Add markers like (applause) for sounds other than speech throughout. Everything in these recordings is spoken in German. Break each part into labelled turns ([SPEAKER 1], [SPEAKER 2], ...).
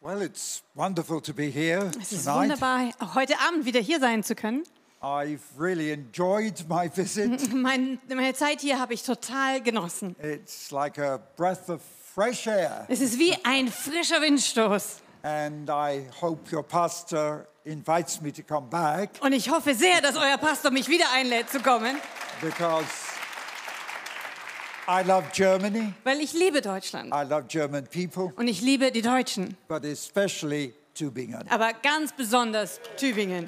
[SPEAKER 1] Well, it's wonderful to be here
[SPEAKER 2] Es ist
[SPEAKER 1] tonight.
[SPEAKER 2] wunderbar, auch heute Abend wieder hier sein zu können. (laughs)
[SPEAKER 1] I've really enjoyed my visit.
[SPEAKER 2] Mein, meine Zeit hier habe ich total genossen.
[SPEAKER 1] it's like a breath of fresh air.
[SPEAKER 2] Es ist wie ein frischer Windstoß.
[SPEAKER 1] And I hope your pastor invites me to come back
[SPEAKER 2] Und ich hoffe sehr, dass euer Pastor mich wieder einlädt zu kommen,
[SPEAKER 1] because I love Germany.
[SPEAKER 2] weil ich liebe Deutschland.
[SPEAKER 1] I love German people,
[SPEAKER 2] Und ich liebe die Deutschen,
[SPEAKER 1] but especially Tübingen.
[SPEAKER 2] aber ganz besonders Tübingen.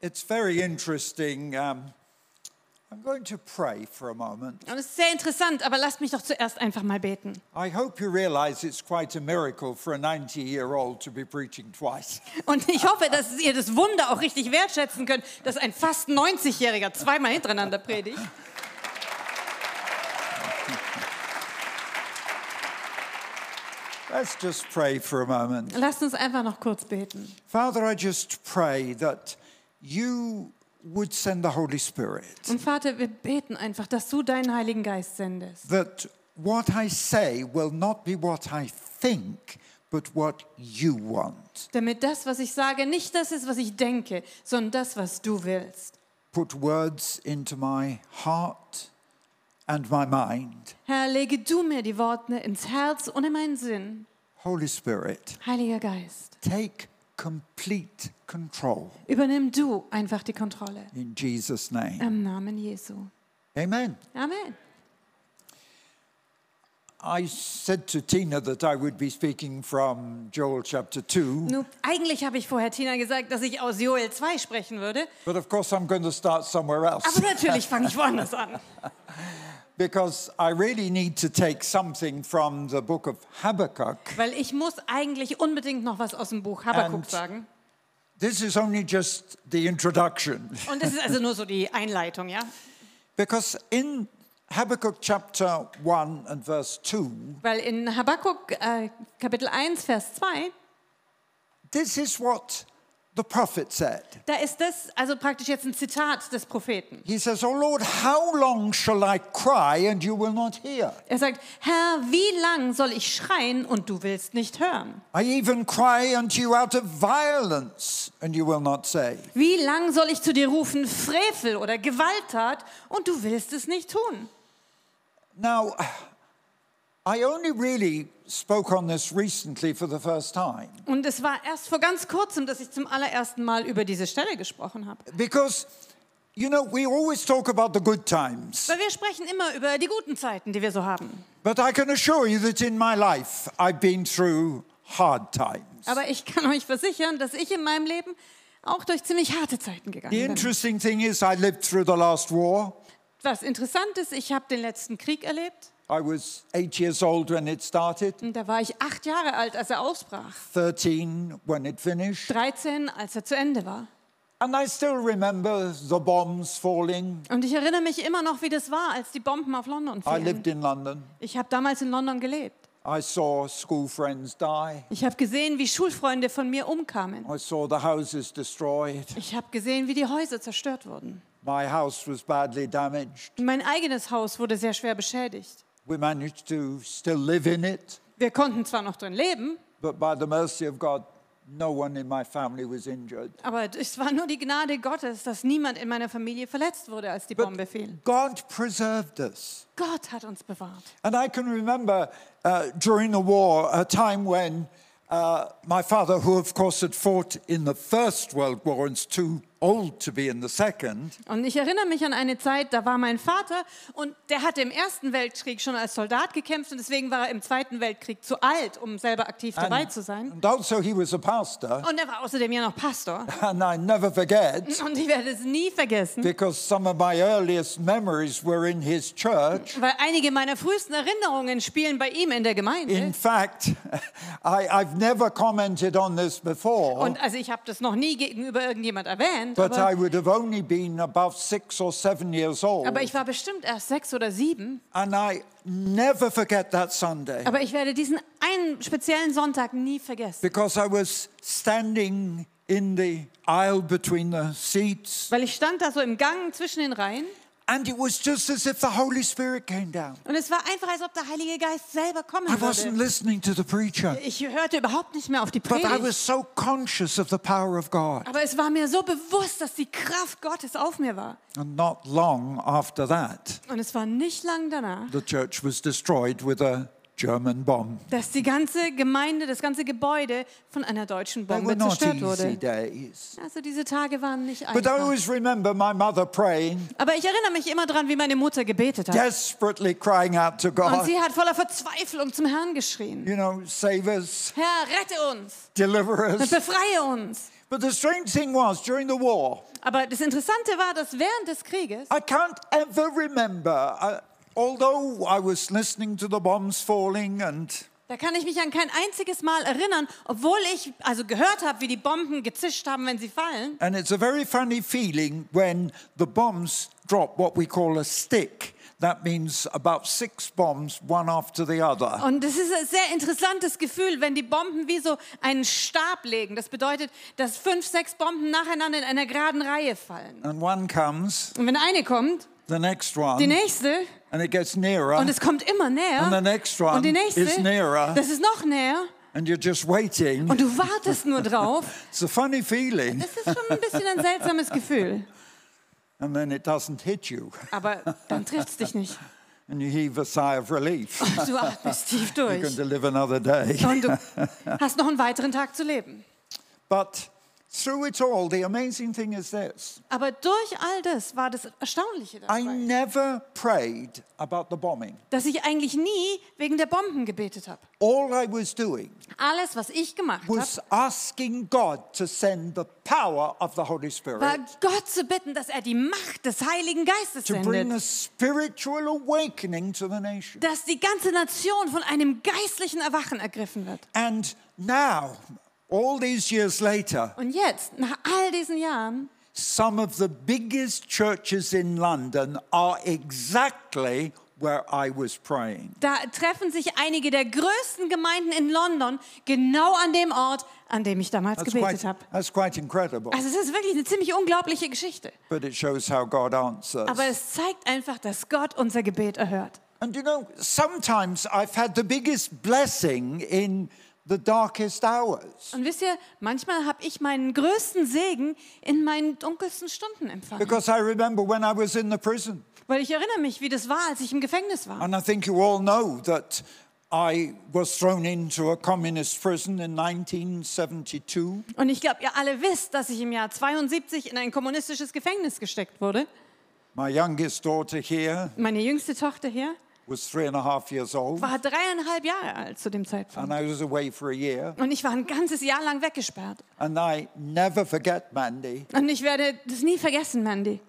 [SPEAKER 1] It's very interesting. Um, I'm going to pray for a moment.
[SPEAKER 2] Und es ist sehr interessant, aber lasst mich doch zuerst einfach mal beten.
[SPEAKER 1] I hope you realize it's quite a miracle for a 90 year old to be preaching twice.
[SPEAKER 2] Und ich hoffe, dass ihr das Wunder auch richtig wertschätzen könnt, dass ein fast 90-Jähriger zweimal hintereinander predigt.
[SPEAKER 1] Let's just pray for a moment.
[SPEAKER 2] Lasst uns einfach noch kurz beten.
[SPEAKER 1] Father, I just pray that you would send the Holy Spirit,
[SPEAKER 2] Und Vater, wir beten einfach, dass du deinen Heiligen Geist sendest.
[SPEAKER 1] that what I say will not be what I think, but what you want.
[SPEAKER 2] Damit das, was ich sage, nicht das ist, was ich denke, sondern das, was du willst.
[SPEAKER 1] Put words into my heart and my mind.
[SPEAKER 2] Herr, lege du mir die Worte ins Herz und in meinen Sinn.
[SPEAKER 1] Holy Spirit,
[SPEAKER 2] Heiliger Geist,
[SPEAKER 1] take complete control
[SPEAKER 2] übernimm du einfach die Kontrolle.
[SPEAKER 1] in Jesus' name.
[SPEAKER 2] Im Namen Jesu.
[SPEAKER 1] Amen.
[SPEAKER 2] Amen.
[SPEAKER 1] I said to Tina that I would be speaking from Joel chapter 2,
[SPEAKER 2] Nun, eigentlich habe ich vorher Tina gesagt, dass ich aus Joel 2 sprechen würde,
[SPEAKER 1] but of course I'm going to start somewhere
[SPEAKER 2] aber
[SPEAKER 1] else (laughs)
[SPEAKER 2] natürlich fange ich woanders an.
[SPEAKER 1] because I really need to take something from the book of Habakkuk.
[SPEAKER 2] Weil ich muss eigentlich unbedingt noch was aus dem Buch Habakkuk
[SPEAKER 1] And-
[SPEAKER 2] sagen.
[SPEAKER 1] This is only just the introduction
[SPEAKER 2] Und das ist also nur so die Einleitung, ja?
[SPEAKER 1] because in Habakkuk chapter 1 and verse 2,
[SPEAKER 2] Weil in Habakkuk äh, Kapitel 1, Vers 2,
[SPEAKER 1] this is what the prophet said.
[SPEAKER 2] da ist das also praktisch jetzt ein Zitat des Propheten.
[SPEAKER 1] He says, Oh Lord, how long shall I cry and you will not hear?
[SPEAKER 2] Er sagt, Herr, wie lang soll ich schreien und du willst nicht hören?
[SPEAKER 1] I even cry unto you out of violence and you will not save.
[SPEAKER 2] Wie lang soll ich zu dir rufen, Frevel oder Gewalttat und du willst es nicht tun?
[SPEAKER 1] Now, (sighs) I only really spoke on this recently for the first time
[SPEAKER 2] Und es war erst vor ganz kurzem, dass ich zum allerersten Mal über diese Stelle gesprochen habe.
[SPEAKER 1] because, you know, we always talk about the good times,
[SPEAKER 2] Weil wir sprechen immer über die guten Zeiten, die wir so haben.
[SPEAKER 1] but I can assure you that in my life I've been through hard times.
[SPEAKER 2] Aber ich kann euch versichern, dass ich in meinem Leben auch durch ziemlich harte Zeiten gegangen
[SPEAKER 1] The
[SPEAKER 2] bin.
[SPEAKER 1] interesting thing is, I lived through the last war.
[SPEAKER 2] Was interessant ist, ich habe den letzten Krieg erlebt.
[SPEAKER 1] I was eight years old when it started,
[SPEAKER 2] Und da war ich acht Jahre alt, als er ausbrach.
[SPEAKER 1] 13 when it finished,
[SPEAKER 2] 13, als er zu Ende war.
[SPEAKER 1] and I still remember the bombs falling.
[SPEAKER 2] Und ich erinnere mich immer noch, wie das war, als die Bomben auf London
[SPEAKER 1] I
[SPEAKER 2] fielen.
[SPEAKER 1] lived in London.
[SPEAKER 2] Ich habe damals in London gelebt.
[SPEAKER 1] I saw school friends die.
[SPEAKER 2] Ich habe gesehen, wie Schulfreunde von mir umkamen.
[SPEAKER 1] I saw the houses destroyed.
[SPEAKER 2] Ich habe gesehen, wie die Häuser zerstört wurden.
[SPEAKER 1] My house was badly damaged.
[SPEAKER 2] Mein eigenes Haus wurde sehr schwer beschädigt.
[SPEAKER 1] We managed to still live in it,
[SPEAKER 2] Wir konnten zwar noch drin leben,
[SPEAKER 1] but by the mercy of God, no one in my family was injured.
[SPEAKER 2] aber es war nur die Gnade Gottes, dass niemand in meiner Familie verletzt wurde, als die Bombe fiel.
[SPEAKER 1] God preserved us.
[SPEAKER 2] Gott hat uns bewahrt.
[SPEAKER 1] And I can remember uh, during the war a time when uh, my father, who of course had fought in the First World War and is too old to be in the Second,
[SPEAKER 2] Und ich erinnere mich an eine Zeit, da war mein Vater und der hatte im Ersten Weltkrieg schon als Soldat gekämpft und deswegen war er im Zweiten Weltkrieg zu alt, um selber aktiv dabei zu sein.
[SPEAKER 1] and also he was a pastor.
[SPEAKER 2] Und er war außerdem ja noch Pastor. (laughs)
[SPEAKER 1] And I never forget
[SPEAKER 2] Und ich werde es nie vergessen,
[SPEAKER 1] because some of my earliest memories were in his church.
[SPEAKER 2] weil einige meiner frühesten Erinnerungen spielen bei ihm in der
[SPEAKER 1] In
[SPEAKER 2] Gemeinde.
[SPEAKER 1] fact, (laughs) I, I've never commented on this before,
[SPEAKER 2] Und also ich habe das noch nie gegenüber irgendjemand erwähnt,
[SPEAKER 1] but I
[SPEAKER 2] aber,
[SPEAKER 1] would have only been about six or seven years old.
[SPEAKER 2] aber ich war bestimmt erst sechs oder sieben.
[SPEAKER 1] And I never forget that Sunday
[SPEAKER 2] Aber ich werde diesen einen speziellen Sonntag nie vergessen,
[SPEAKER 1] because I was standing in the aisle between the seats
[SPEAKER 2] weil ich stand da so im Gang zwischen den Reihen
[SPEAKER 1] And it was just as if the Holy Spirit came down.
[SPEAKER 2] Und es war einfach, als ob der Heilige Geist selber kommen
[SPEAKER 1] I wasn't
[SPEAKER 2] würde.
[SPEAKER 1] listening to the preacher,
[SPEAKER 2] Ich hörte überhaupt nicht mehr auf die
[SPEAKER 1] but I
[SPEAKER 2] Predigt.
[SPEAKER 1] was so conscious of the power of God.
[SPEAKER 2] Aber es war mir so bewusst, dass die Kraft Gottes auf mir war.
[SPEAKER 1] And not long after that,
[SPEAKER 2] Und es war nicht lang danach,
[SPEAKER 1] the church was destroyed with a German bomb.
[SPEAKER 2] dass die ganze Gemeinde, das ganze Gebäude von einer deutschen
[SPEAKER 1] They were
[SPEAKER 2] Bombe
[SPEAKER 1] not
[SPEAKER 2] zerstört
[SPEAKER 1] easy
[SPEAKER 2] wurde.
[SPEAKER 1] days.
[SPEAKER 2] Also diese Tage waren nicht
[SPEAKER 1] But I
[SPEAKER 2] einfach.
[SPEAKER 1] always remember my mother praying,
[SPEAKER 2] Aber ich erinnere mich immer daran, wie meine Mutter gebetet
[SPEAKER 1] Uh,
[SPEAKER 2] hat.
[SPEAKER 1] desperately crying out to
[SPEAKER 2] Und
[SPEAKER 1] God,
[SPEAKER 2] sie hat voller Verzweiflung zum Herrn geschrien.
[SPEAKER 1] you know, save us,
[SPEAKER 2] Herr, rette uns
[SPEAKER 1] deliver
[SPEAKER 2] und
[SPEAKER 1] us.
[SPEAKER 2] befreie uns.
[SPEAKER 1] But the strange thing was, during the war,
[SPEAKER 2] Aber das Interessante war, dass während des Krieges,
[SPEAKER 1] I can't ever remember, I, although I was listening to the bombs falling and
[SPEAKER 2] da kann ich mich an kein einziges Mal erinnern, obwohl ich also gehört habe, wie die Bomben gezischt haben, wenn sie fallen.
[SPEAKER 1] And it's a very funny feeling when the bombs drop what we call a stick. That means about six bombs, one after the other.
[SPEAKER 2] Und es ist ein sehr interessantes Gefühl, wenn die Bomben wie so einen Stab legen. Das bedeutet, dass fünf, sechs Bomben nacheinander in einer geraden Reihe fallen.
[SPEAKER 1] And one comes,
[SPEAKER 2] Und wenn eine kommt,
[SPEAKER 1] the next
[SPEAKER 2] die
[SPEAKER 1] one,
[SPEAKER 2] nächste,
[SPEAKER 1] and it Oh, gets nearer,
[SPEAKER 2] und es kommt immer näher,
[SPEAKER 1] and Ah, the next one
[SPEAKER 2] und die
[SPEAKER 1] is
[SPEAKER 2] nächste,
[SPEAKER 1] nearer,
[SPEAKER 2] das ist noch näher,
[SPEAKER 1] and you're just waiting.
[SPEAKER 2] und du wartest nur drauf.
[SPEAKER 1] It's a funny feeling,
[SPEAKER 2] Das ist schon ein bisschen ein seltsames Gefühl.
[SPEAKER 1] and then it doesn't hit you,
[SPEAKER 2] Aber dann trifft es dich nicht.
[SPEAKER 1] and you heave a sigh of relief.
[SPEAKER 2] Und du atmest tief
[SPEAKER 1] You're going
[SPEAKER 2] durch.
[SPEAKER 1] to live another day.
[SPEAKER 2] Und du hast noch einen weiteren Tag zu leben.
[SPEAKER 1] But through it all, the amazing thing is this
[SPEAKER 2] Aber durch all das war das Erstaunliche
[SPEAKER 1] I
[SPEAKER 2] dabei,
[SPEAKER 1] never prayed about the bombing.
[SPEAKER 2] dass ich eigentlich nie wegen der Bomben gebetet habe.
[SPEAKER 1] All I was doing
[SPEAKER 2] Alles, was ich gemacht habe,
[SPEAKER 1] was asking God to send the power of the Holy
[SPEAKER 2] war
[SPEAKER 1] Spirit
[SPEAKER 2] Gott zu bitten, dass er die Macht des Heiligen Geistes
[SPEAKER 1] to bring a
[SPEAKER 2] sendet.
[SPEAKER 1] spiritual awakening to the nation.
[SPEAKER 2] Dass die ganze Nation von einem geistlichen Erwachen ergriffen wird.
[SPEAKER 1] And now, all these years later,
[SPEAKER 2] Und jetzt, nach all diesen Jahren,
[SPEAKER 1] some of the biggest churches in London are exactly where I was praying.
[SPEAKER 2] da treffen sich einige der größten Gemeinden in London genau an dem Ort, an dem ich damals
[SPEAKER 1] That's quite,
[SPEAKER 2] gebetet habe.
[SPEAKER 1] that's quite incredible,
[SPEAKER 2] Also es ist wirklich eine ziemlich unglaubliche Geschichte.
[SPEAKER 1] but it shows how God answers.
[SPEAKER 2] Aber es zeigt einfach, dass Gott unser Gebet erhört.
[SPEAKER 1] And you know, sometimes I've had the biggest blessing in the darkest hours.
[SPEAKER 2] Und wisst ihr, manchmal habe ich meinen größten Segen in meinen dunkelsten Stunden empfangen.
[SPEAKER 1] Because I remember when I was in the prison,
[SPEAKER 2] Weil ich erinnere mich, wie das war, als ich im Gefängnis war.
[SPEAKER 1] and I think you all know that I was thrown into a communist prison in 1972.
[SPEAKER 2] Und ich glaube, ihr alle wisst, dass ich im Jahr 72 in ein kommunistisches Gefängnis gesteckt wurde.
[SPEAKER 1] My youngest daughter here
[SPEAKER 2] Meine jüngste Tochter hier
[SPEAKER 1] was three and a half years old,
[SPEAKER 2] war dreieinhalb Jahre alt zu dem Zeitpunkt.
[SPEAKER 1] and I was away for a year.
[SPEAKER 2] Und ich war ein ganzes Jahr lang weggesperrt.
[SPEAKER 1] And I never forget, Mandy,
[SPEAKER 2] Und ich werde das nie vergessen, Mandy.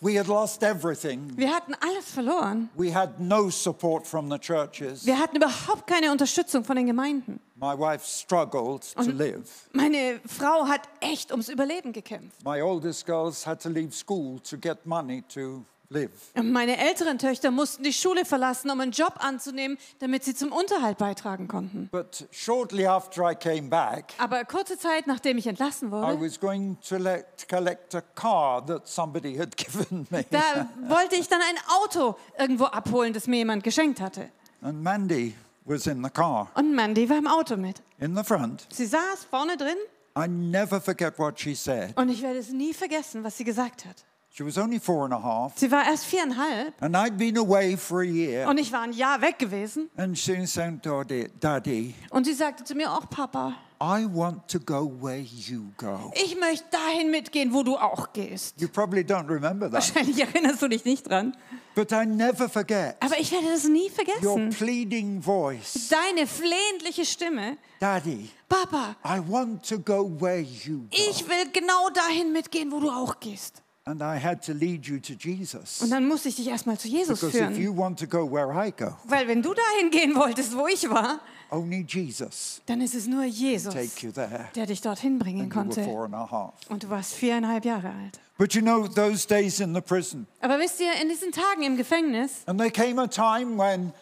[SPEAKER 1] we had lost everything.
[SPEAKER 2] Wir hatten alles verloren.
[SPEAKER 1] We had no support from the churches.
[SPEAKER 2] Wir hatten überhaupt keine Unterstützung von den Gemeinden.
[SPEAKER 1] My wife struggled to live.
[SPEAKER 2] Meine Frau hat echt ums Überleben gekämpft.
[SPEAKER 1] My oldest girls had to leave school to get money to live.
[SPEAKER 2] Und meine älteren Töchter mussten die Schule verlassen, um einen Job anzunehmen, damit sie zum Unterhalt beitragen konnten.
[SPEAKER 1] But shortly after I came back,
[SPEAKER 2] Aber kurze Zeit nachdem ich entlassen
[SPEAKER 1] I
[SPEAKER 2] wurde,
[SPEAKER 1] was going to let, collect a car that somebody had (laughs) given me.
[SPEAKER 2] da wollte ich dann ein Auto irgendwo abholen, das mir jemand geschenkt hatte.
[SPEAKER 1] And Mandy was in the car,
[SPEAKER 2] Und Mandy war im Auto mit.
[SPEAKER 1] in the front.
[SPEAKER 2] Sie saß vorne drin
[SPEAKER 1] I never forget what she said.
[SPEAKER 2] und ich werde es nie vergessen, was sie gesagt hat.
[SPEAKER 1] She was only four and a half,
[SPEAKER 2] Sie war erst viereinhalb
[SPEAKER 1] and I'd been away for a year.
[SPEAKER 2] und ich war ein Jahr weg gewesen.
[SPEAKER 1] And she said, Daddy, Daddy,
[SPEAKER 2] Und sie sagte zu mir, auch Papa,
[SPEAKER 1] I want to go where you go.
[SPEAKER 2] ich möchte dahin mitgehen, wo du auch gehst.
[SPEAKER 1] You probably don't remember that,
[SPEAKER 2] Wahrscheinlich erinnerst du dich nicht dran.
[SPEAKER 1] (laughs) but I never forget
[SPEAKER 2] Aber ich werde das nie
[SPEAKER 1] your
[SPEAKER 2] vergessen.
[SPEAKER 1] pleading voice.
[SPEAKER 2] Deine flehentliche Stimme.
[SPEAKER 1] Daddy,
[SPEAKER 2] Papa,
[SPEAKER 1] I want to go where you go.
[SPEAKER 2] ich will genau dahin mitgehen, wo du auch gehst.
[SPEAKER 1] And I had to lead you to Mm. Jesus.
[SPEAKER 2] Und dann muss ich dich erstmal zu Jesus
[SPEAKER 1] Because if
[SPEAKER 2] führen.
[SPEAKER 1] you want to go where I go,
[SPEAKER 2] Weil wenn du dahin gehen wolltest, wo ich war,
[SPEAKER 1] only Jesus
[SPEAKER 2] dann ist es nur Jesus,
[SPEAKER 1] take you there.
[SPEAKER 2] der dich dorthin bringen
[SPEAKER 1] And you were
[SPEAKER 2] konnte.
[SPEAKER 1] four and a half.
[SPEAKER 2] Und du warst viereinhalb Jahre alt.
[SPEAKER 1] But you know, those days in the prison,
[SPEAKER 2] Aber wisst ihr, in diesen Tagen im Gefängnis,
[SPEAKER 1] and there came a time when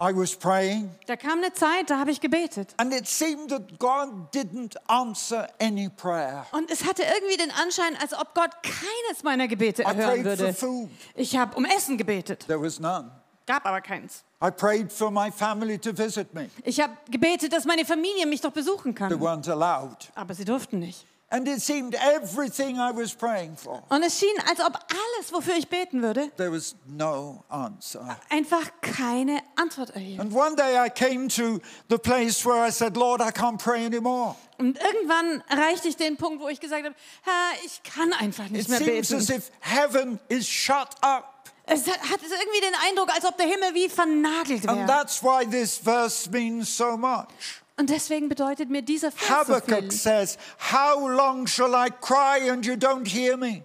[SPEAKER 1] I was praying,
[SPEAKER 2] Da kam eine Zeit, da habe ich gebetet.
[SPEAKER 1] and it seemed that God didn't answer any prayer.
[SPEAKER 2] Und es hatte irgendwie den Anschein, als ob Gott keines meiner Gebete
[SPEAKER 1] I
[SPEAKER 2] erhören
[SPEAKER 1] prayed for
[SPEAKER 2] würde.
[SPEAKER 1] food,
[SPEAKER 2] Ich habe um Essen gebetet,
[SPEAKER 1] there was none.
[SPEAKER 2] gab aber keins.
[SPEAKER 1] I prayed for my family to visit me,
[SPEAKER 2] Ich habe gebetet, dass meine Familie mich doch besuchen
[SPEAKER 1] they
[SPEAKER 2] kann.
[SPEAKER 1] weren't allowed.
[SPEAKER 2] Aber sie durften nicht.
[SPEAKER 1] And it seemed everything I was praying for,
[SPEAKER 2] Und es schien, als ob alles, wofür ich beten würde,
[SPEAKER 1] there was no answer.
[SPEAKER 2] einfach keine Antwort erhielt.
[SPEAKER 1] And one day I came to the place where I said, Lord, I can't pray anymore.
[SPEAKER 2] Und irgendwann erreichte ich den Punkt, wo ich gesagt habe, Herr, ich kann einfach
[SPEAKER 1] It
[SPEAKER 2] nicht mehr
[SPEAKER 1] seems
[SPEAKER 2] beten.
[SPEAKER 1] as if heaven is shut up.
[SPEAKER 2] Es hat hat es irgendwie den Eindruck, als ob der Himmel wie vernagelt
[SPEAKER 1] And
[SPEAKER 2] wäre.
[SPEAKER 1] that's why this verse means so much.
[SPEAKER 2] Und deswegen bedeutet mir dieser Vers so viel.
[SPEAKER 1] Habakkuk says, How long shall I cry and you don't hear me?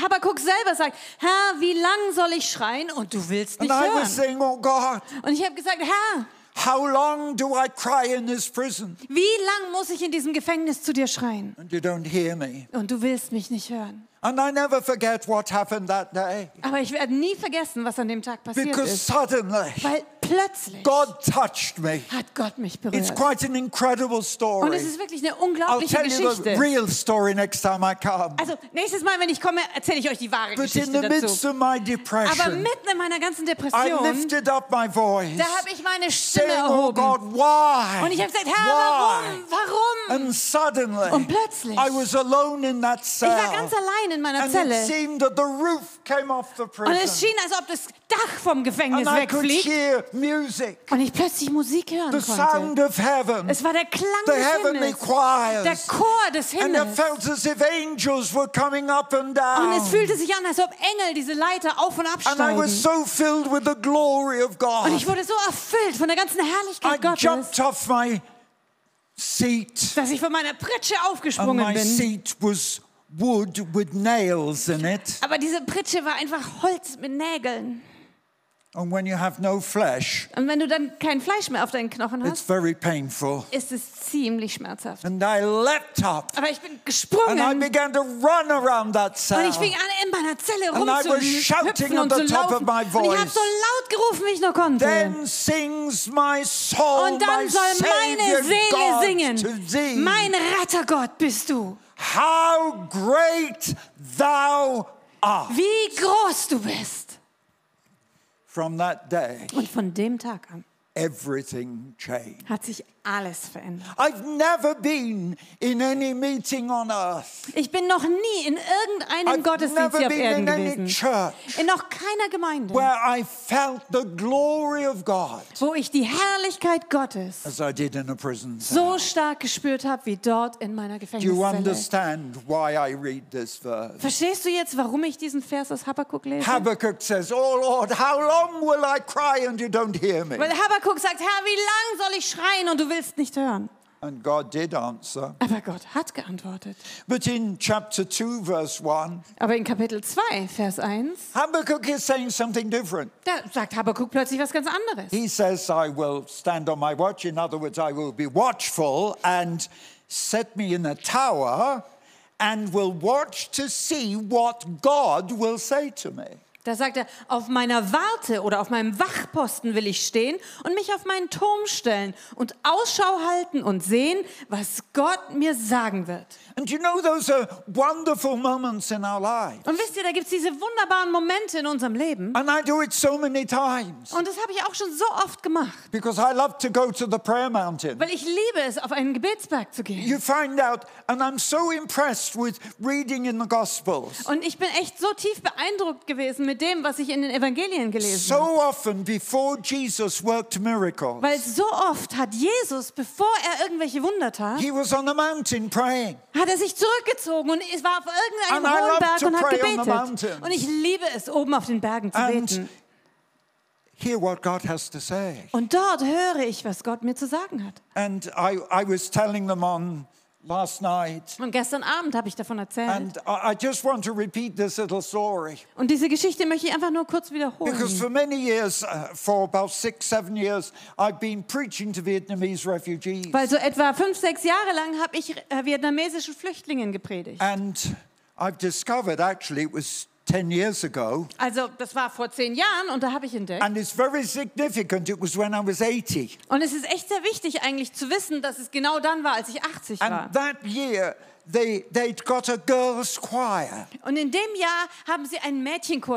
[SPEAKER 2] Habakkuk selber sagt, Herr, wie lang soll ich schreien und du willst
[SPEAKER 1] And
[SPEAKER 2] nicht
[SPEAKER 1] I was
[SPEAKER 2] hören?
[SPEAKER 1] saying, Oh God,
[SPEAKER 2] Und ich habe gesagt, Herr,
[SPEAKER 1] how long do I cry in this prison?
[SPEAKER 2] wie lang muss ich in diesem Gefängnis zu dir schreien?
[SPEAKER 1] And you don't hear me.
[SPEAKER 2] Und du willst mich nicht hören.
[SPEAKER 1] And I never forget what happened that day
[SPEAKER 2] Aber ich werde nie vergessen, was an dem Tag passiert
[SPEAKER 1] because
[SPEAKER 2] ist.
[SPEAKER 1] suddenly
[SPEAKER 2] Weil plötzlich
[SPEAKER 1] God touched me.
[SPEAKER 2] hat Gott mich
[SPEAKER 1] It's
[SPEAKER 2] berührt.
[SPEAKER 1] quite an incredible
[SPEAKER 2] Und
[SPEAKER 1] story.
[SPEAKER 2] es ist wirklich eine
[SPEAKER 1] I'll
[SPEAKER 2] unglaubliche
[SPEAKER 1] tell you the
[SPEAKER 2] Geschichte.
[SPEAKER 1] real story next time I come.
[SPEAKER 2] Also nächstes Mal, wenn ich komme, erzähle ich euch die wahre
[SPEAKER 1] But in
[SPEAKER 2] Geschichte
[SPEAKER 1] the midst
[SPEAKER 2] dazu.
[SPEAKER 1] of my
[SPEAKER 2] Aber
[SPEAKER 1] depression,
[SPEAKER 2] mitten in meiner ganzen
[SPEAKER 1] I
[SPEAKER 2] Depression,
[SPEAKER 1] lifted up my voice,
[SPEAKER 2] da habe ich meine Stimme
[SPEAKER 1] saying, Oh
[SPEAKER 2] erhoben.
[SPEAKER 1] God, why?
[SPEAKER 2] Und ich habe gesagt, Herr,
[SPEAKER 1] why?
[SPEAKER 2] warum? Warum?
[SPEAKER 1] And suddenly,
[SPEAKER 2] Und plötzlich-
[SPEAKER 1] I was alone in that
[SPEAKER 2] Ich
[SPEAKER 1] cell.
[SPEAKER 2] war ganz allein in meiner
[SPEAKER 1] and it
[SPEAKER 2] Zelle.
[SPEAKER 1] seemed that the roof came off the
[SPEAKER 2] Und es
[SPEAKER 1] prison.
[SPEAKER 2] schien, als ob das Dach vom Gefängnis
[SPEAKER 1] And I could
[SPEAKER 2] wegfliegt.
[SPEAKER 1] hear music,
[SPEAKER 2] Und ich plötzlich Musik
[SPEAKER 1] the
[SPEAKER 2] hören konnte.
[SPEAKER 1] sound of heaven,
[SPEAKER 2] Es war der Klang
[SPEAKER 1] the
[SPEAKER 2] des
[SPEAKER 1] heavenly
[SPEAKER 2] Himmels. Der
[SPEAKER 1] choirs.
[SPEAKER 2] Chor des
[SPEAKER 1] And it
[SPEAKER 2] Himmels.
[SPEAKER 1] felt as if angels were coming up and down.
[SPEAKER 2] Und es fühlte sich an, als ob Engel diese Leiter auf und
[SPEAKER 1] And I
[SPEAKER 2] absteigen.
[SPEAKER 1] was
[SPEAKER 2] Und
[SPEAKER 1] so filled with the glory of God.
[SPEAKER 2] ich wurde so erfüllt von der ganzen
[SPEAKER 1] I
[SPEAKER 2] Herrlichkeit
[SPEAKER 1] jumped
[SPEAKER 2] Gottes,
[SPEAKER 1] off my seat,
[SPEAKER 2] dass ich von meiner Pritsche
[SPEAKER 1] and
[SPEAKER 2] aufgesprungen
[SPEAKER 1] my
[SPEAKER 2] bin.
[SPEAKER 1] seat was wood with nails in it.
[SPEAKER 2] Aber diese Pritsche war einfach Holz mit Nägeln.
[SPEAKER 1] And when you have no flesh,
[SPEAKER 2] Und wenn du dann kein Fleisch mehr auf deinen Knochen
[SPEAKER 1] it's
[SPEAKER 2] hast,
[SPEAKER 1] very painful.
[SPEAKER 2] ist es ziemlich schmerzhaft.
[SPEAKER 1] And I leapt up
[SPEAKER 2] Aber ich bin
[SPEAKER 1] and I
[SPEAKER 2] gesprungen
[SPEAKER 1] began to run around that
[SPEAKER 2] Und
[SPEAKER 1] cell.
[SPEAKER 2] ich fing an, in meiner Zelle
[SPEAKER 1] And I was shouting
[SPEAKER 2] rumzuhüpfen
[SPEAKER 1] at
[SPEAKER 2] und zu
[SPEAKER 1] the top of
[SPEAKER 2] laufen.
[SPEAKER 1] my
[SPEAKER 2] Und ich habe
[SPEAKER 1] voice.
[SPEAKER 2] so laut gerufen, wie ich nur konnte.
[SPEAKER 1] Then sings my soul,
[SPEAKER 2] und
[SPEAKER 1] my
[SPEAKER 2] dann soll
[SPEAKER 1] Savior
[SPEAKER 2] meine
[SPEAKER 1] God
[SPEAKER 2] Seele
[SPEAKER 1] to thee.
[SPEAKER 2] singen. Mein Rettergott bist du.
[SPEAKER 1] How great thou art.
[SPEAKER 2] Wie groß du bist.
[SPEAKER 1] From that day,
[SPEAKER 2] Und von dem Tag an
[SPEAKER 1] everything changed.
[SPEAKER 2] hat sich alles verändert.
[SPEAKER 1] I've never been in any meeting on earth.
[SPEAKER 2] Ich bin noch nie in irgendeinem
[SPEAKER 1] I've
[SPEAKER 2] Gottesdienst
[SPEAKER 1] never
[SPEAKER 2] hier auf
[SPEAKER 1] been
[SPEAKER 2] Erden
[SPEAKER 1] in any
[SPEAKER 2] gewesen.
[SPEAKER 1] church
[SPEAKER 2] In noch keiner Gemeinde,
[SPEAKER 1] where I felt the glory of God
[SPEAKER 2] wo ich die Herrlichkeit Gottes
[SPEAKER 1] as I did in a prison cell.
[SPEAKER 2] so stark gespürt habe, wie dort in
[SPEAKER 1] Do
[SPEAKER 2] meiner
[SPEAKER 1] you
[SPEAKER 2] Gefängniszelle.
[SPEAKER 1] understand why I read this
[SPEAKER 2] (laughs)
[SPEAKER 1] verse?
[SPEAKER 2] Verstehst du jetzt, warum ich diesen Vers aus Habakkuk lese?
[SPEAKER 1] Habakkuk says, Oh Lord, how long will I cry and you don't hear me?
[SPEAKER 2] Weil Habakkuk sagt, Herr, wie lang soll ich schreien und du willst nicht hören?
[SPEAKER 1] And God did answer.
[SPEAKER 2] Aber Gott hat geantwortet.
[SPEAKER 1] But in chapter 2, verse 1,
[SPEAKER 2] Aber in Kapitel 2, Vers 1,
[SPEAKER 1] Habakkuk is saying something different.
[SPEAKER 2] da sagt Habakkuk plötzlich was ganz anderes.
[SPEAKER 1] He says, I will stand on my watch. In other words, I will be watchful and set me in a tower and will watch to see what God will say to me.
[SPEAKER 2] Da sagt er, auf meiner Warte oder auf meinem Wachposten will ich stehen und mich auf meinen Turm stellen und Ausschau halten und sehen, was Gott mir sagen wird.
[SPEAKER 1] And you know, those are wonderful moments in our life.
[SPEAKER 2] Und wisst ihr, da gibt es diese wunderbaren Momente in unserem Leben.
[SPEAKER 1] And I do it so many times
[SPEAKER 2] Und das habe ich auch schon so oft gemacht,
[SPEAKER 1] because I love to go to the prayer mountain.
[SPEAKER 2] weil ich liebe es, auf einen Gebetsberg zu gehen.
[SPEAKER 1] You find out, and I'm so impressed with reading in the Gospels.
[SPEAKER 2] Und ich bin echt so tief beeindruckt gewesen mit dem, was ich in den Evangelien gelesen habe.
[SPEAKER 1] So often before Jesus worked miracles,
[SPEAKER 2] Weil so oft hat Jesus, bevor er irgendwelche Wunder tat,
[SPEAKER 1] he was on a mountain praying.
[SPEAKER 2] hat er sich zurückgezogen und es war auf
[SPEAKER 1] And I
[SPEAKER 2] irgendeinem
[SPEAKER 1] love
[SPEAKER 2] hohen Berg
[SPEAKER 1] to
[SPEAKER 2] und hat
[SPEAKER 1] pray on the mountains.
[SPEAKER 2] gebetet. Und ich liebe es, oben auf den Bergen zu
[SPEAKER 1] And-
[SPEAKER 2] beten.
[SPEAKER 1] hear what God has to say.
[SPEAKER 2] Und dort höre ich, was Gott mir zu sagen hat.
[SPEAKER 1] And I, I was telling them on last night,
[SPEAKER 2] Und gestern Abend habe ich davon erzählt.
[SPEAKER 1] and I, I just want to repeat this little story
[SPEAKER 2] Und diese Geschichte möchte ich einfach nur kurz wiederholen.
[SPEAKER 1] because for many years, uh, for about six, seven years, I've been preaching to Vietnamese refugees.
[SPEAKER 2] Weil so etwa fünf, sechs Jahre lang habe ich äh, vietnamesischen Flüchtlingen gepredigt.
[SPEAKER 1] And I've discovered actually it was 10 years ago,
[SPEAKER 2] Also das war vor zehn Jahren und da habe ich entdeckt.
[SPEAKER 1] and it's very significant. It was when I was 80.
[SPEAKER 2] Und es ist echt sehr wichtig eigentlich zu wissen, dass es genau dann war, als ich 80 war.
[SPEAKER 1] And that year, they, they'd got a girls' choir.
[SPEAKER 2] Und in dem Jahr haben sie einen Mädchenchor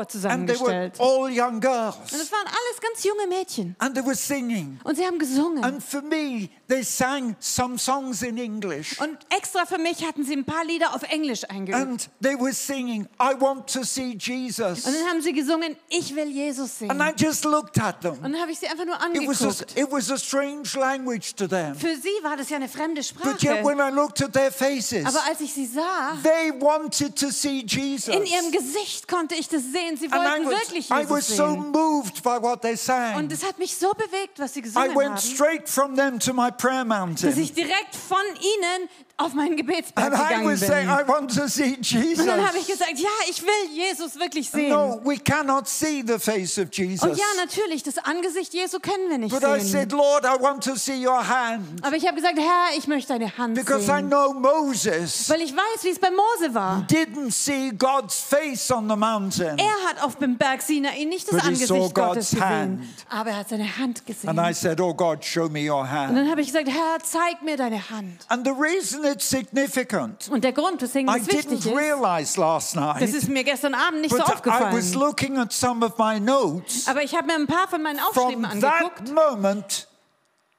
[SPEAKER 1] And they were
[SPEAKER 2] zusammengestellt. Und
[SPEAKER 1] all young girls.
[SPEAKER 2] es waren alles ganz junge Mädchen.
[SPEAKER 1] And they were singing.
[SPEAKER 2] Und sie haben gesungen.
[SPEAKER 1] And for me, they sang some songs in English.
[SPEAKER 2] Und extra für mich hatten sie ein paar Lieder auf Englisch eingeübt.
[SPEAKER 1] And they were singing, I want to see Jesus.
[SPEAKER 2] Und dann haben sie gesungen, ich will Jesus sehen.
[SPEAKER 1] And
[SPEAKER 2] Und
[SPEAKER 1] I just looked at them.
[SPEAKER 2] dann habe ich sie einfach nur
[SPEAKER 1] It was,
[SPEAKER 2] angeguckt.
[SPEAKER 1] a, it was a strange language to them.
[SPEAKER 2] Für sie war das ja eine fremde
[SPEAKER 1] But yet,
[SPEAKER 2] Sprache.
[SPEAKER 1] when I looked at their faces,
[SPEAKER 2] Aber als ich sie sah,
[SPEAKER 1] they wanted to see Jesus.
[SPEAKER 2] in ihrem Gesicht konnte ich das sehen. Sie
[SPEAKER 1] And I
[SPEAKER 2] wollten
[SPEAKER 1] was,
[SPEAKER 2] wirklich
[SPEAKER 1] I was
[SPEAKER 2] Jesus
[SPEAKER 1] so
[SPEAKER 2] sehen.
[SPEAKER 1] moved by what they sang.
[SPEAKER 2] Und es hat mich so bewegt, was sie
[SPEAKER 1] I
[SPEAKER 2] gesungen
[SPEAKER 1] went
[SPEAKER 2] haben,
[SPEAKER 1] straight from them to my prayer
[SPEAKER 2] dass
[SPEAKER 1] mountain.
[SPEAKER 2] ich direkt von ihnen auf meinen Gebetsberg
[SPEAKER 1] And I
[SPEAKER 2] gegangen
[SPEAKER 1] was saying,
[SPEAKER 2] bin.
[SPEAKER 1] I want to see
[SPEAKER 2] Und dann habe
[SPEAKER 1] Jesus.
[SPEAKER 2] ich gesagt, ja, ich will Jesus wirklich sehen.
[SPEAKER 1] No, we cannot see the face of
[SPEAKER 2] Und
[SPEAKER 1] Jesus.
[SPEAKER 2] ja, natürlich, das Angesicht Jesu können wir nicht
[SPEAKER 1] But I
[SPEAKER 2] sehen.
[SPEAKER 1] said, Lord, I want to see your hand.
[SPEAKER 2] Aber ich habe gesagt, Herr, ich möchte deine Hand
[SPEAKER 1] Because I
[SPEAKER 2] sehen.
[SPEAKER 1] know Moses
[SPEAKER 2] Weil ich weiß, wie es bei Mose war.
[SPEAKER 1] didn't see God's face on the mountain.
[SPEAKER 2] Er hat auf dem Berg Sinai nicht das
[SPEAKER 1] But he saw
[SPEAKER 2] Angesicht Gottes
[SPEAKER 1] God's hand.
[SPEAKER 2] gesehen, aber er hat seine Hand gesehen.
[SPEAKER 1] And I
[SPEAKER 2] Und
[SPEAKER 1] said, Oh God, show me your hand.
[SPEAKER 2] dann habe ich gesagt, Herr, zeig mir deine Hand.
[SPEAKER 1] And the reason it's significant,
[SPEAKER 2] Und der Grund, weswegen
[SPEAKER 1] I
[SPEAKER 2] das wichtig
[SPEAKER 1] didn't
[SPEAKER 2] ist,
[SPEAKER 1] realize last
[SPEAKER 2] das
[SPEAKER 1] night,
[SPEAKER 2] ist mir gestern Abend nicht so
[SPEAKER 1] but I was
[SPEAKER 2] aufgefallen.
[SPEAKER 1] looking at some of my notes.
[SPEAKER 2] Aber ich habe mir ein paar von meinen
[SPEAKER 1] from
[SPEAKER 2] Aufschrieben
[SPEAKER 1] that
[SPEAKER 2] angeguckt,
[SPEAKER 1] moment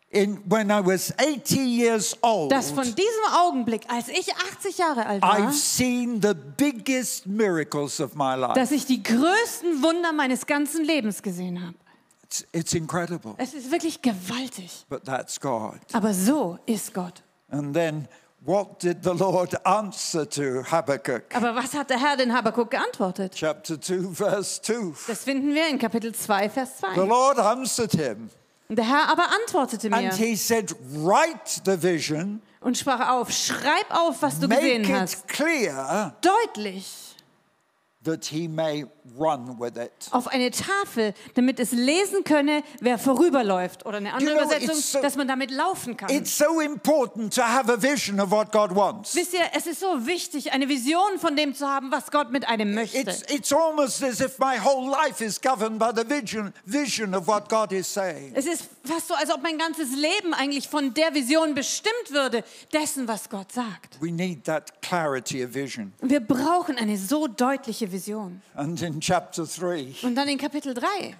[SPEAKER 1] in when I was 80 years old,
[SPEAKER 2] dass von diesem Augenblick, als ich 80 Jahre alt war,
[SPEAKER 1] I've seen the biggest miracles of my life.
[SPEAKER 2] dass ich die größten Wunder meines ganzen Lebens gesehen habe.
[SPEAKER 1] it's, it's incredible,
[SPEAKER 2] Es ist wirklich gewaltig.
[SPEAKER 1] but that's God.
[SPEAKER 2] Aber so ist Gott.
[SPEAKER 1] And then what did the Lord answer to Habakkuk?
[SPEAKER 2] Aber was hat der Herr den Habakuk geantwortet?
[SPEAKER 1] Chapter 2, verse 2.
[SPEAKER 2] Das finden wir in Kapitel 2, Vers
[SPEAKER 1] The
[SPEAKER 2] 2.
[SPEAKER 1] Lord answered him,
[SPEAKER 2] Und der Herr aber antwortete
[SPEAKER 1] and
[SPEAKER 2] mir
[SPEAKER 1] he said, Write the vision,
[SPEAKER 2] und sprach auf, schreib auf, was du
[SPEAKER 1] make
[SPEAKER 2] gesehen
[SPEAKER 1] it
[SPEAKER 2] hast.
[SPEAKER 1] clear
[SPEAKER 2] Deutlich
[SPEAKER 1] that he may run with it.
[SPEAKER 2] auf eine Tafel, damit es lesen könne, wer vorüberläuft. Oder eine andere
[SPEAKER 1] You know,
[SPEAKER 2] Übersetzung,
[SPEAKER 1] it's so-
[SPEAKER 2] dass man damit laufen kann.
[SPEAKER 1] It's so important to have a vision of what God wants.
[SPEAKER 2] Wisst ihr, es ist so wichtig, eine Vision von dem zu haben, was Gott mit einem möchte.
[SPEAKER 1] It's, it's almost as if my whole life is governed by the vision, vision of what God is saying.
[SPEAKER 2] Es ist fast so, als ob mein ganzes Leben eigentlich von der Vision bestimmt würde, dessen, was Gott sagt.
[SPEAKER 1] We need that clarity of vision.
[SPEAKER 2] Wir brauchen eine so deutliche Vision.
[SPEAKER 1] And in chapter 3,
[SPEAKER 2] Und dann in Kapitel 3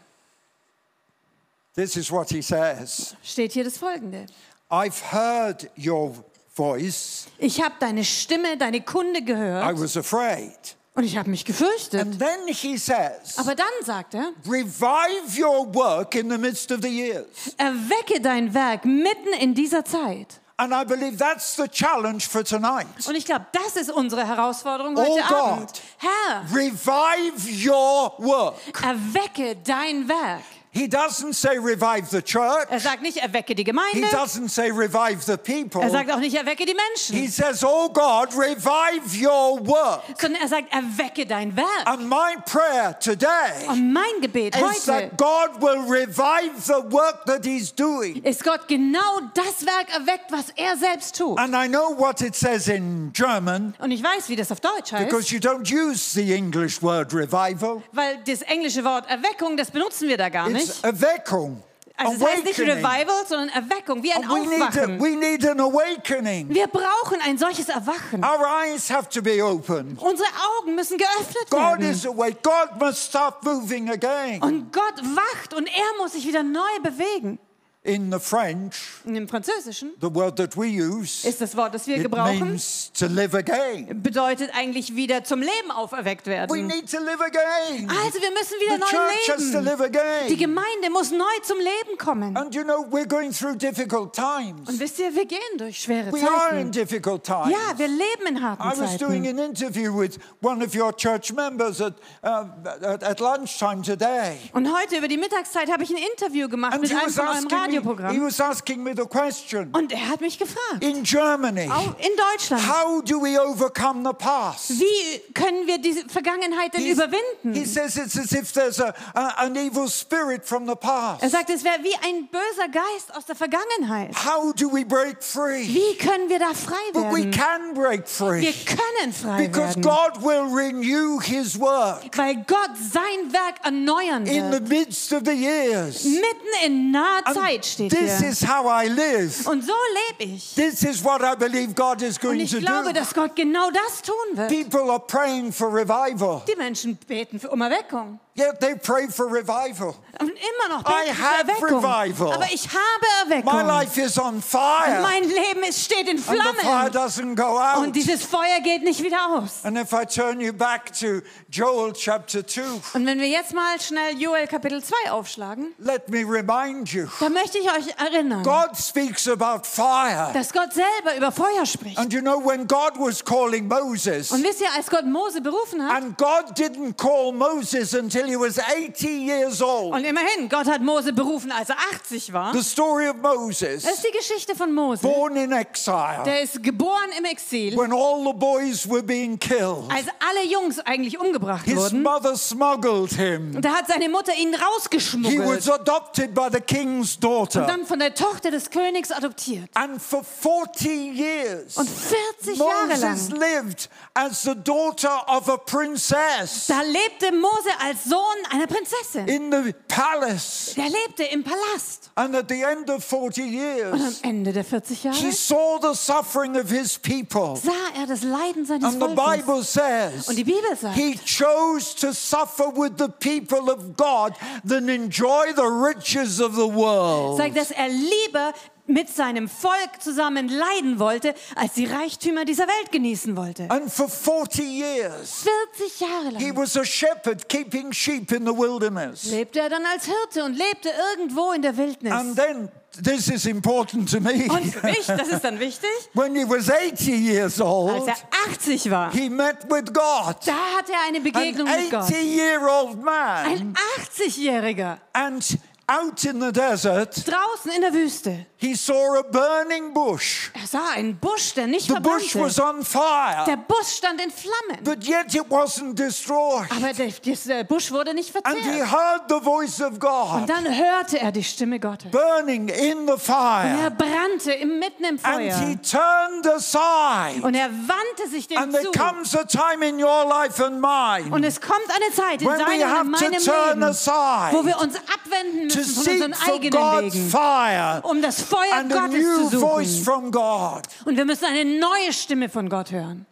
[SPEAKER 1] this is what he says
[SPEAKER 2] steht hier das Folgende.
[SPEAKER 1] I've heard your voice,
[SPEAKER 2] Ich habe deine Stimme, deine Kunde
[SPEAKER 1] I
[SPEAKER 2] gehört
[SPEAKER 1] was afraid.
[SPEAKER 2] und ich habe mich gefürchtet.
[SPEAKER 1] And then he says,
[SPEAKER 2] Aber dann sagt er,
[SPEAKER 1] Revive your work in the midst of the years.
[SPEAKER 2] erwecke dein Werk mitten in dieser Zeit.
[SPEAKER 1] And I believe that's the challenge for tonight.
[SPEAKER 2] Und ich glaube, das ist unsere Herausforderung
[SPEAKER 1] Oh
[SPEAKER 2] heute
[SPEAKER 1] Gott.
[SPEAKER 2] Abend. Herr,
[SPEAKER 1] Revive your work.
[SPEAKER 2] erwecke dein Werk.
[SPEAKER 1] He doesn't say revive the church.
[SPEAKER 2] Er sagt nicht, erwecke die
[SPEAKER 1] He
[SPEAKER 2] Gemeinde.
[SPEAKER 1] doesn't say revive the people.
[SPEAKER 2] Er sagt auch nicht, erwecke die
[SPEAKER 1] He
[SPEAKER 2] Menschen.
[SPEAKER 1] says, Oh God, revive your work.
[SPEAKER 2] Sondern er sagt, erwecke dein Werk.
[SPEAKER 1] And my prayer today
[SPEAKER 2] Und mein Gebet
[SPEAKER 1] is
[SPEAKER 2] heute
[SPEAKER 1] that God will revive the work that He's doing.
[SPEAKER 2] ist Gott genau das Werk erweckt, was er selbst tut.
[SPEAKER 1] And I know what it says in German
[SPEAKER 2] Und ich weiß, wie das auf Deutsch heißt,
[SPEAKER 1] because you don't use the English word revival.
[SPEAKER 2] weil das englische Wort Erweckung, das benutzen wir da gar
[SPEAKER 1] It's
[SPEAKER 2] nicht.
[SPEAKER 1] Erweckung.
[SPEAKER 2] Also es heißt nicht
[SPEAKER 1] Awakening.
[SPEAKER 2] Revival, sondern Erweckung, wie ein
[SPEAKER 1] And we need, a-
[SPEAKER 2] Aufwachen.
[SPEAKER 1] we need an awakening.
[SPEAKER 2] Wir brauchen ein solches Erwachen.
[SPEAKER 1] Our eyes have to be open.
[SPEAKER 2] Unsere Augen müssen geöffnet
[SPEAKER 1] God
[SPEAKER 2] werden.
[SPEAKER 1] is awake. God must start moving again.
[SPEAKER 2] Und Gott wacht und er muss sich wieder neu bewegen.
[SPEAKER 1] In the French,
[SPEAKER 2] Und im Französischen
[SPEAKER 1] the word that we use,
[SPEAKER 2] ist das Wort, das wir
[SPEAKER 1] It
[SPEAKER 2] gebrauchen,
[SPEAKER 1] means to live again.
[SPEAKER 2] bedeutet eigentlich wieder zum Leben auferweckt
[SPEAKER 1] We
[SPEAKER 2] werden.
[SPEAKER 1] need to live again.
[SPEAKER 2] Also wir müssen wieder
[SPEAKER 1] The church
[SPEAKER 2] neu
[SPEAKER 1] has to
[SPEAKER 2] leben.
[SPEAKER 1] live
[SPEAKER 2] Die
[SPEAKER 1] again.
[SPEAKER 2] Gemeinde muss neu zum Leben kommen.
[SPEAKER 1] And you know, we're going through difficult
[SPEAKER 2] Und
[SPEAKER 1] times.
[SPEAKER 2] wisst ihr, wir gehen durch schwere
[SPEAKER 1] We are in
[SPEAKER 2] Zeiten.
[SPEAKER 1] difficult times.
[SPEAKER 2] Ja, wir leben in
[SPEAKER 1] I
[SPEAKER 2] harten
[SPEAKER 1] was doing
[SPEAKER 2] Zeiten.
[SPEAKER 1] an interview with one of your church members at, uh, at, at lunchtime today.
[SPEAKER 2] Und heute über die Mittagszeit habe ich ein Interview gemacht
[SPEAKER 1] And
[SPEAKER 2] mit
[SPEAKER 1] he
[SPEAKER 2] einem
[SPEAKER 1] was
[SPEAKER 2] von eurem
[SPEAKER 1] asking He
[SPEAKER 2] Radioprogramm.
[SPEAKER 1] was asking me the question
[SPEAKER 2] Und er hat mich gefragt,
[SPEAKER 1] in Germany,
[SPEAKER 2] auch in Deutschland,
[SPEAKER 1] how do we overcome the past?
[SPEAKER 2] wie können wir diese Vergangenheit denn
[SPEAKER 1] He's- He
[SPEAKER 2] überwinden?
[SPEAKER 1] says it's as if there's a, a- an evil spirit from the
[SPEAKER 2] Er
[SPEAKER 1] past.
[SPEAKER 2] sagt, es wäre wie ein böser Geist aus der Vergangenheit.
[SPEAKER 1] How do we break free?
[SPEAKER 2] Wie können wir da frei
[SPEAKER 1] But we
[SPEAKER 2] werden?
[SPEAKER 1] can break
[SPEAKER 2] Wir
[SPEAKER 1] free
[SPEAKER 2] können frei
[SPEAKER 1] because
[SPEAKER 2] werden,
[SPEAKER 1] God will renew his work
[SPEAKER 2] weil Gott sein Werk erneuern
[SPEAKER 1] in the
[SPEAKER 2] wird.
[SPEAKER 1] midst of the years.
[SPEAKER 2] Mitten in naher
[SPEAKER 1] And
[SPEAKER 2] Zeit steht
[SPEAKER 1] this
[SPEAKER 2] hier.
[SPEAKER 1] is how I live.
[SPEAKER 2] Und so lebe ich.
[SPEAKER 1] This is what I believe God is
[SPEAKER 2] Und
[SPEAKER 1] going
[SPEAKER 2] ich
[SPEAKER 1] to
[SPEAKER 2] glaube,
[SPEAKER 1] do.
[SPEAKER 2] dass Gott genau das tun wird.
[SPEAKER 1] People are praying for revival,
[SPEAKER 2] Die Menschen beten für um Erweckung.
[SPEAKER 1] yet they pray for revival.
[SPEAKER 2] Und immer noch
[SPEAKER 1] I
[SPEAKER 2] beten für
[SPEAKER 1] have
[SPEAKER 2] Erweckung.
[SPEAKER 1] revival.
[SPEAKER 2] Aber ich habe
[SPEAKER 1] My
[SPEAKER 2] Erweckung.
[SPEAKER 1] life is on
[SPEAKER 2] Und
[SPEAKER 1] fire,
[SPEAKER 2] mein Leben ist, steht in
[SPEAKER 1] and the fire
[SPEAKER 2] Flammen.
[SPEAKER 1] doesn't go out.
[SPEAKER 2] Und dieses Feuer geht nicht wieder aus.
[SPEAKER 1] And if I turn you back to Joel chapter 2,
[SPEAKER 2] Und wenn wir jetzt mal schnell Joel Kapitel 2 aufschlagen,
[SPEAKER 1] let me remind you
[SPEAKER 2] da möchte ich euch erinnern,
[SPEAKER 1] God speaks about fire.
[SPEAKER 2] dass Gott selber über Feuer spricht.
[SPEAKER 1] And you know, when God was calling Moses,
[SPEAKER 2] Und wisst ihr, als Gott Mose berufen hat,
[SPEAKER 1] and God didn't call Moses until he was 80 years old.
[SPEAKER 2] und immerhin, Gott hat Mose berufen, als er 80 war,
[SPEAKER 1] The story of
[SPEAKER 2] das ist
[SPEAKER 1] Moses,
[SPEAKER 2] die Geschichte von Mose.
[SPEAKER 1] born in exile,
[SPEAKER 2] Der ist geboren im Exil,
[SPEAKER 1] when all the boys were being killed,
[SPEAKER 2] als alle Jungs eigentlich umgebracht
[SPEAKER 1] his
[SPEAKER 2] wurden.
[SPEAKER 1] mother smuggled him.
[SPEAKER 2] Und da hat seine Mutter ihn
[SPEAKER 1] He was
[SPEAKER 2] rausgeschmuggelt
[SPEAKER 1] adopted by the king's
[SPEAKER 2] und
[SPEAKER 1] daughter.
[SPEAKER 2] dann von der Tochter des Königs adoptiert.
[SPEAKER 1] And for 40 years,
[SPEAKER 2] Und 40 Jahre
[SPEAKER 1] Moses
[SPEAKER 2] lang,
[SPEAKER 1] lived as the daughter of a princess
[SPEAKER 2] da lebte Mose als Sohn einer Prinzessin.
[SPEAKER 1] in the palace.
[SPEAKER 2] Der lebte im Palast.
[SPEAKER 1] And at the end of 40
[SPEAKER 2] Und am
[SPEAKER 1] years,
[SPEAKER 2] Ende der 40
[SPEAKER 1] he
[SPEAKER 2] Jahre
[SPEAKER 1] saw the suffering of his people.
[SPEAKER 2] sah er das Leiden seines
[SPEAKER 1] And the
[SPEAKER 2] Volkes.
[SPEAKER 1] Bible says
[SPEAKER 2] Und die Bibel sagt,
[SPEAKER 1] he chose to suffer with the people of God than enjoy the riches of the world.
[SPEAKER 2] sagt, dass er lieber mit seinem Volk zusammen leiden wollte, als die Reichtümer dieser Welt genießen wollte.
[SPEAKER 1] And for 40 years,
[SPEAKER 2] 40 Jahre
[SPEAKER 1] he
[SPEAKER 2] lang
[SPEAKER 1] was a shepherd keeping sheep in the wilderness.
[SPEAKER 2] lebte er dann als Hirte und lebte irgendwo in der
[SPEAKER 1] And
[SPEAKER 2] Wildnis.
[SPEAKER 1] then, this is important to me.
[SPEAKER 2] Und für mich, das ist dann wichtig,
[SPEAKER 1] (laughs) When he was 80 years
[SPEAKER 2] als
[SPEAKER 1] old,
[SPEAKER 2] er 80 war,
[SPEAKER 1] he met with God.
[SPEAKER 2] da hatte er eine
[SPEAKER 1] An
[SPEAKER 2] Begegnung mit Gott.
[SPEAKER 1] 80 year old man.
[SPEAKER 2] Ein 80-Jähriger
[SPEAKER 1] And out in the desert,
[SPEAKER 2] draußen in der Wüste.
[SPEAKER 1] he saw a burning bush.
[SPEAKER 2] Er sah einen Busch, der nicht
[SPEAKER 1] The bush was
[SPEAKER 2] verbrannte.
[SPEAKER 1] on fire,
[SPEAKER 2] Der Busch stand in Flammen.
[SPEAKER 1] but yet it wasn't destroyed.
[SPEAKER 2] Aber der, dieser Busch wurde nicht
[SPEAKER 1] And he
[SPEAKER 2] verzehrt.
[SPEAKER 1] heard the voice of
[SPEAKER 2] Und
[SPEAKER 1] God
[SPEAKER 2] dann hörte er die Stimme Gottes.
[SPEAKER 1] burning in the
[SPEAKER 2] Er
[SPEAKER 1] fire.
[SPEAKER 2] brannte im, mitten im
[SPEAKER 1] And he
[SPEAKER 2] Feuer.
[SPEAKER 1] turned aside.
[SPEAKER 2] Und er wandte sich dem
[SPEAKER 1] And there
[SPEAKER 2] zu.
[SPEAKER 1] comes a time in your life and mine
[SPEAKER 2] Und es kommt eine Zeit in
[SPEAKER 1] when we
[SPEAKER 2] seinem und in
[SPEAKER 1] have to
[SPEAKER 2] meinem
[SPEAKER 1] turn
[SPEAKER 2] Leben, wo
[SPEAKER 1] aside
[SPEAKER 2] wir uns abwenden
[SPEAKER 1] to
[SPEAKER 2] müssen von
[SPEAKER 1] seek
[SPEAKER 2] unseren
[SPEAKER 1] for
[SPEAKER 2] eigenen
[SPEAKER 1] God's
[SPEAKER 2] Wegen,
[SPEAKER 1] fire
[SPEAKER 2] um das Feuer
[SPEAKER 1] and a
[SPEAKER 2] Gottes zu
[SPEAKER 1] new voice
[SPEAKER 2] suchen.
[SPEAKER 1] from God.
[SPEAKER 2] Und wir müssen eine neue Stimme von Gott hören.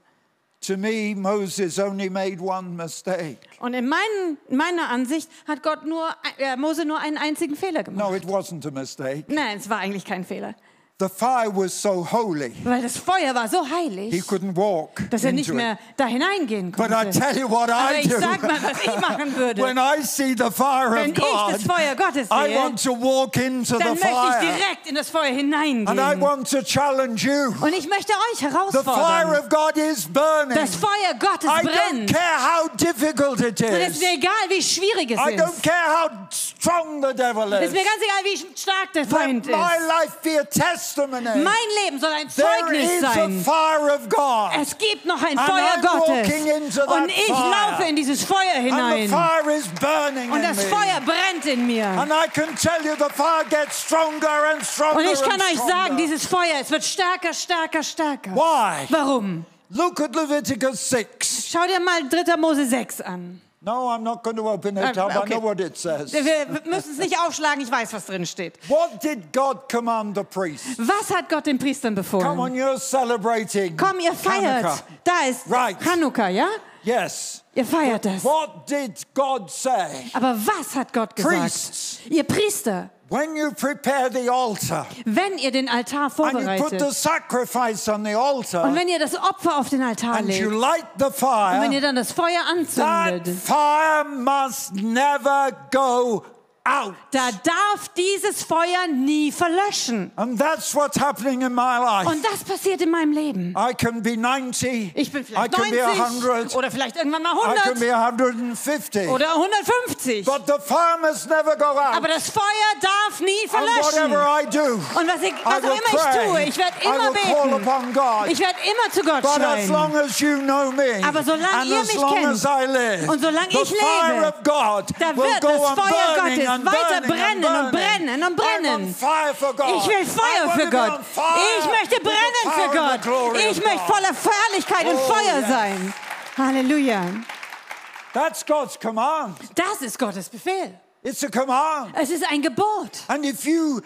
[SPEAKER 1] To me, Moses only made one mistake.
[SPEAKER 2] Und in meinen, meiner Ansicht hat Gott nur, äh, Mose nur einen einzigen Fehler gemacht.
[SPEAKER 1] No, it wasn't a mistake.
[SPEAKER 2] Nein, es war eigentlich kein Fehler.
[SPEAKER 1] The fire was so holy,
[SPEAKER 2] Weil das Feuer war so
[SPEAKER 1] he
[SPEAKER 2] heilig,
[SPEAKER 1] couldn't walk
[SPEAKER 2] dass er nicht
[SPEAKER 1] into it.
[SPEAKER 2] mehr da hineingehen
[SPEAKER 1] But I
[SPEAKER 2] konnte.
[SPEAKER 1] tell you what
[SPEAKER 2] Aber
[SPEAKER 1] I
[SPEAKER 2] ich
[SPEAKER 1] do.
[SPEAKER 2] sag mal, was ich
[SPEAKER 1] (laughs)
[SPEAKER 2] machen würde.
[SPEAKER 1] When I see the fire
[SPEAKER 2] Wenn
[SPEAKER 1] of
[SPEAKER 2] ich das
[SPEAKER 1] God,
[SPEAKER 2] Feuer Gottes
[SPEAKER 1] I
[SPEAKER 2] sehe,
[SPEAKER 1] want to walk into the
[SPEAKER 2] dann möchte ich
[SPEAKER 1] fire.
[SPEAKER 2] direkt in das Feuer
[SPEAKER 1] And I
[SPEAKER 2] hineingehen.
[SPEAKER 1] want to challenge you.
[SPEAKER 2] Und ich möchte euch
[SPEAKER 1] The fire
[SPEAKER 2] herausfordern.
[SPEAKER 1] of God is burning.
[SPEAKER 2] Das Feuer Gottes
[SPEAKER 1] I don't
[SPEAKER 2] brennt.
[SPEAKER 1] care how difficult it
[SPEAKER 2] Und es ist
[SPEAKER 1] is.
[SPEAKER 2] mir egal, wie schwierig es
[SPEAKER 1] I don't
[SPEAKER 2] ist.
[SPEAKER 1] care how strong the devil
[SPEAKER 2] Es ist
[SPEAKER 1] is.
[SPEAKER 2] mir ganz egal, wie stark der
[SPEAKER 1] Let
[SPEAKER 2] Feind ist.
[SPEAKER 1] my life be a testimony.
[SPEAKER 2] Mein Leben soll ein
[SPEAKER 1] There
[SPEAKER 2] Zeugnis
[SPEAKER 1] is a
[SPEAKER 2] sein.
[SPEAKER 1] fire of God.
[SPEAKER 2] Es gibt noch ein
[SPEAKER 1] And
[SPEAKER 2] Feuer
[SPEAKER 1] I'm walking
[SPEAKER 2] Gottes.
[SPEAKER 1] into that
[SPEAKER 2] Und ich
[SPEAKER 1] fire.
[SPEAKER 2] laufe in dieses Feuer
[SPEAKER 1] And the
[SPEAKER 2] hinein.
[SPEAKER 1] fire is burning
[SPEAKER 2] Und
[SPEAKER 1] in
[SPEAKER 2] das
[SPEAKER 1] me.
[SPEAKER 2] Feuer brennt in mir.
[SPEAKER 1] And I can tell you the fire gets stronger and stronger
[SPEAKER 2] Und ich kann
[SPEAKER 1] and
[SPEAKER 2] euch
[SPEAKER 1] stronger.
[SPEAKER 2] sagen, dieses Feuer, es wird stärker, stärker, stärker.
[SPEAKER 1] Why?
[SPEAKER 2] Warum?
[SPEAKER 1] Look at Leviticus 6.
[SPEAKER 2] Schau dir mal 3. Mose 6 an.
[SPEAKER 1] No, I'm not going to open it
[SPEAKER 2] Uh,
[SPEAKER 1] up. I
[SPEAKER 2] okay.
[SPEAKER 1] know what it says.
[SPEAKER 2] Wir müssen es nicht aufschlagen, ich weiß, was drin steht.
[SPEAKER 1] What did God command the priest?
[SPEAKER 2] Was hat Gott den Priestern
[SPEAKER 1] Come
[SPEAKER 2] befohlen?
[SPEAKER 1] on, you're celebrating.
[SPEAKER 2] Komm, ihr feiert.
[SPEAKER 1] Hanukkah.
[SPEAKER 2] Da ist
[SPEAKER 1] Right.
[SPEAKER 2] Hanukkah, ja?
[SPEAKER 1] Yes.
[SPEAKER 2] Ihr feiert das.
[SPEAKER 1] What did God say?
[SPEAKER 2] Aber was hat Gott gesagt?
[SPEAKER 1] Priests.
[SPEAKER 2] Ihr Priester,
[SPEAKER 1] When you prepare the altar
[SPEAKER 2] wenn ihr den Altar
[SPEAKER 1] and you put
[SPEAKER 2] vorbereitet
[SPEAKER 1] the sacrifice on the
[SPEAKER 2] und
[SPEAKER 1] altar
[SPEAKER 2] wenn ihr das Opfer auf den Altar
[SPEAKER 1] and
[SPEAKER 2] legt
[SPEAKER 1] you
[SPEAKER 2] und
[SPEAKER 1] light the
[SPEAKER 2] wenn ihr
[SPEAKER 1] fire,
[SPEAKER 2] dann das Feuer
[SPEAKER 1] that
[SPEAKER 2] anzündet,
[SPEAKER 1] fire must never go out.
[SPEAKER 2] Da darf dieses Feuer nie verlöschen.
[SPEAKER 1] And that's what's happening in my life.
[SPEAKER 2] Und das passiert in meinem Leben.
[SPEAKER 1] I can be 90.
[SPEAKER 2] Ich bin
[SPEAKER 1] I
[SPEAKER 2] vielleicht
[SPEAKER 1] can be
[SPEAKER 2] 90
[SPEAKER 1] 100.
[SPEAKER 2] oder vielleicht irgendwann mal
[SPEAKER 1] I can be
[SPEAKER 2] 100
[SPEAKER 1] 150.
[SPEAKER 2] oder 150.
[SPEAKER 1] But the fire must never go out.
[SPEAKER 2] Aber das Feuer darf nie
[SPEAKER 1] And
[SPEAKER 2] verlöschen.
[SPEAKER 1] whatever I do,
[SPEAKER 2] Und was, ich,
[SPEAKER 1] I
[SPEAKER 2] was auch
[SPEAKER 1] will
[SPEAKER 2] immer ich
[SPEAKER 1] pray.
[SPEAKER 2] tue, ich werde
[SPEAKER 1] I
[SPEAKER 2] immer
[SPEAKER 1] will call upon God.
[SPEAKER 2] beten. Ich werde immer zu Gott
[SPEAKER 1] But as
[SPEAKER 2] schreien.
[SPEAKER 1] long as you know me,
[SPEAKER 2] Aber solange
[SPEAKER 1] and
[SPEAKER 2] ihr
[SPEAKER 1] as
[SPEAKER 2] mich
[SPEAKER 1] long
[SPEAKER 2] kennt
[SPEAKER 1] as I live,
[SPEAKER 2] und solange
[SPEAKER 1] the
[SPEAKER 2] ich
[SPEAKER 1] fire
[SPEAKER 2] lebe,
[SPEAKER 1] of God
[SPEAKER 2] da
[SPEAKER 1] will
[SPEAKER 2] wird
[SPEAKER 1] go
[SPEAKER 2] das
[SPEAKER 1] on
[SPEAKER 2] Feuer
[SPEAKER 1] burning
[SPEAKER 2] Gottes
[SPEAKER 1] and burning and
[SPEAKER 2] weiter brennen
[SPEAKER 1] burning.
[SPEAKER 2] und brennen und
[SPEAKER 1] I'm on
[SPEAKER 2] brennen.
[SPEAKER 1] fire for God.
[SPEAKER 2] Ich will
[SPEAKER 1] I
[SPEAKER 2] Feuer
[SPEAKER 1] wanna
[SPEAKER 2] für
[SPEAKER 1] be
[SPEAKER 2] Gott.
[SPEAKER 1] on fire
[SPEAKER 2] Ich
[SPEAKER 1] with
[SPEAKER 2] möchte
[SPEAKER 1] the power and
[SPEAKER 2] brennen
[SPEAKER 1] the
[SPEAKER 2] für Gott.
[SPEAKER 1] glory of
[SPEAKER 2] Ich möchte
[SPEAKER 1] God.
[SPEAKER 2] voller Feierlichkeit und
[SPEAKER 1] Oh,
[SPEAKER 2] Feuer
[SPEAKER 1] yes.
[SPEAKER 2] sein. Halleluja.
[SPEAKER 1] That's God's command.
[SPEAKER 2] Das ist Gottes Befehl.
[SPEAKER 1] It's a command.
[SPEAKER 2] Es ist ein Gebot.
[SPEAKER 1] And if you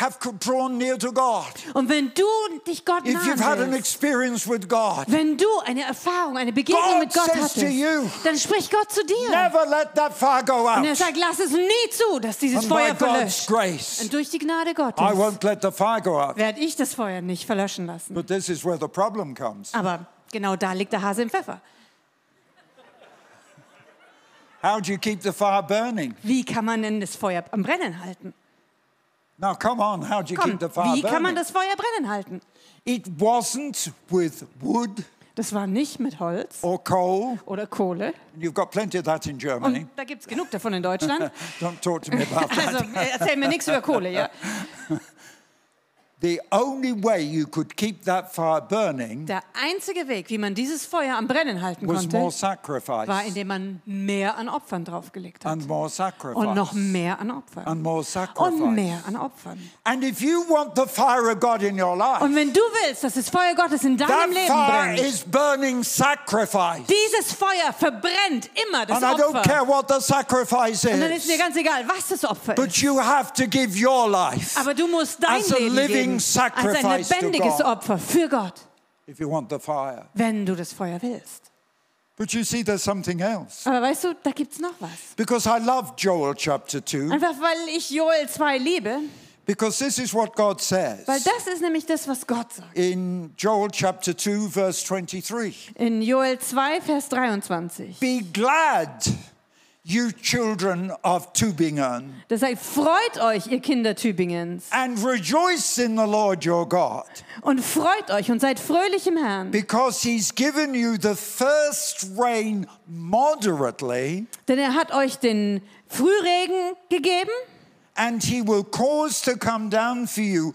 [SPEAKER 1] have co- drawn near to God,
[SPEAKER 2] Und wenn du dich Gott
[SPEAKER 1] if you've had an
[SPEAKER 2] nahen willst,
[SPEAKER 1] experience with God,
[SPEAKER 2] wenn du eine Erfahrung, eine Begegnung
[SPEAKER 1] God
[SPEAKER 2] mit Gott
[SPEAKER 1] says to you,
[SPEAKER 2] hattest, dann spricht Gott zu dir.
[SPEAKER 1] never let that fire go
[SPEAKER 2] Und er
[SPEAKER 1] out.
[SPEAKER 2] sagt, lass es nie zu, dass dieses
[SPEAKER 1] And by
[SPEAKER 2] Feuer
[SPEAKER 1] God's
[SPEAKER 2] verlöscht.
[SPEAKER 1] grace,
[SPEAKER 2] Und durch die Gnade
[SPEAKER 1] I
[SPEAKER 2] Gottes
[SPEAKER 1] won't let the fire go out.
[SPEAKER 2] werde ich das Feuer nicht verlöschen lassen.
[SPEAKER 1] But this is where the problem comes.
[SPEAKER 2] Aber genau da liegt der Hase im Pfeffer.
[SPEAKER 1] How do you keep the fire burning?
[SPEAKER 2] Wie kann man denn das Feuer am Brennen halten?
[SPEAKER 1] Now, come on, how do you
[SPEAKER 2] Komm,
[SPEAKER 1] keep the fire
[SPEAKER 2] wie kann man
[SPEAKER 1] burning?
[SPEAKER 2] das Feuer brennen halten?
[SPEAKER 1] It wasn't with wood
[SPEAKER 2] Das war nicht mit Holz
[SPEAKER 1] or coal.
[SPEAKER 2] oder Kohle.
[SPEAKER 1] You've got plenty of that in Germany.
[SPEAKER 2] Und da gibt es genug davon
[SPEAKER 1] (laughs)
[SPEAKER 2] in Deutschland.
[SPEAKER 1] Don't talk to me about that.
[SPEAKER 2] Also äh, erzähl mir nichts über Kohle, ja?
[SPEAKER 1] The only way you could keep that fire burning
[SPEAKER 2] Der einzige Weg, wie man dieses Feuer am Brennen halten
[SPEAKER 1] was more
[SPEAKER 2] konnte, war,
[SPEAKER 1] sacrifice
[SPEAKER 2] indem man mehr an Opfern draufgelegt hat.
[SPEAKER 1] and more
[SPEAKER 2] Und noch
[SPEAKER 1] sacrifice
[SPEAKER 2] mehr an Opfern.
[SPEAKER 1] and more
[SPEAKER 2] Und
[SPEAKER 1] sacrifice.
[SPEAKER 2] mehr an Opfern.
[SPEAKER 1] And if you want the fire of God in your life,
[SPEAKER 2] Und wenn du willst, dass das Feuer Gottes in deinem
[SPEAKER 1] that
[SPEAKER 2] Leben
[SPEAKER 1] fire
[SPEAKER 2] brennt,
[SPEAKER 1] is burning sacrifice.
[SPEAKER 2] dieses Feuer verbrennt immer das
[SPEAKER 1] And I don't care
[SPEAKER 2] Opfer.
[SPEAKER 1] what the sacrifice
[SPEAKER 2] Und dann ist mir
[SPEAKER 1] is,
[SPEAKER 2] ganz egal, was das Opfer ist.
[SPEAKER 1] but you have to give your life.
[SPEAKER 2] Aber du musst dein
[SPEAKER 1] As a
[SPEAKER 2] Leben
[SPEAKER 1] living
[SPEAKER 2] geben als ein
[SPEAKER 1] sacrifice to
[SPEAKER 2] lebendiges
[SPEAKER 1] God.
[SPEAKER 2] Opfer für Gott,
[SPEAKER 1] if you want the fire.
[SPEAKER 2] wenn du das Feuer willst.
[SPEAKER 1] But you see, there's something else.
[SPEAKER 2] Aber weißt du, da gibt's noch was.
[SPEAKER 1] Because I love Joel chapter 2,
[SPEAKER 2] Einfach weil ich Joel 2 liebe,
[SPEAKER 1] because this is what God says
[SPEAKER 2] weil das ist nämlich das, was Gott sagt.
[SPEAKER 1] in Joel chapter 2, verse 23.
[SPEAKER 2] In Joel 2, Vers 23.
[SPEAKER 1] Be glad, you children of Tübingen,
[SPEAKER 2] Das sagt, freut euch, ihr Kinder Tübingens,
[SPEAKER 1] and rejoice in the Lord your God,
[SPEAKER 2] und freut euch und seid fröhlich im Herrn.
[SPEAKER 1] because he's given you the first rain moderately,
[SPEAKER 2] Denn er hat euch den Frühregen gegeben
[SPEAKER 1] and he will cause to come down for you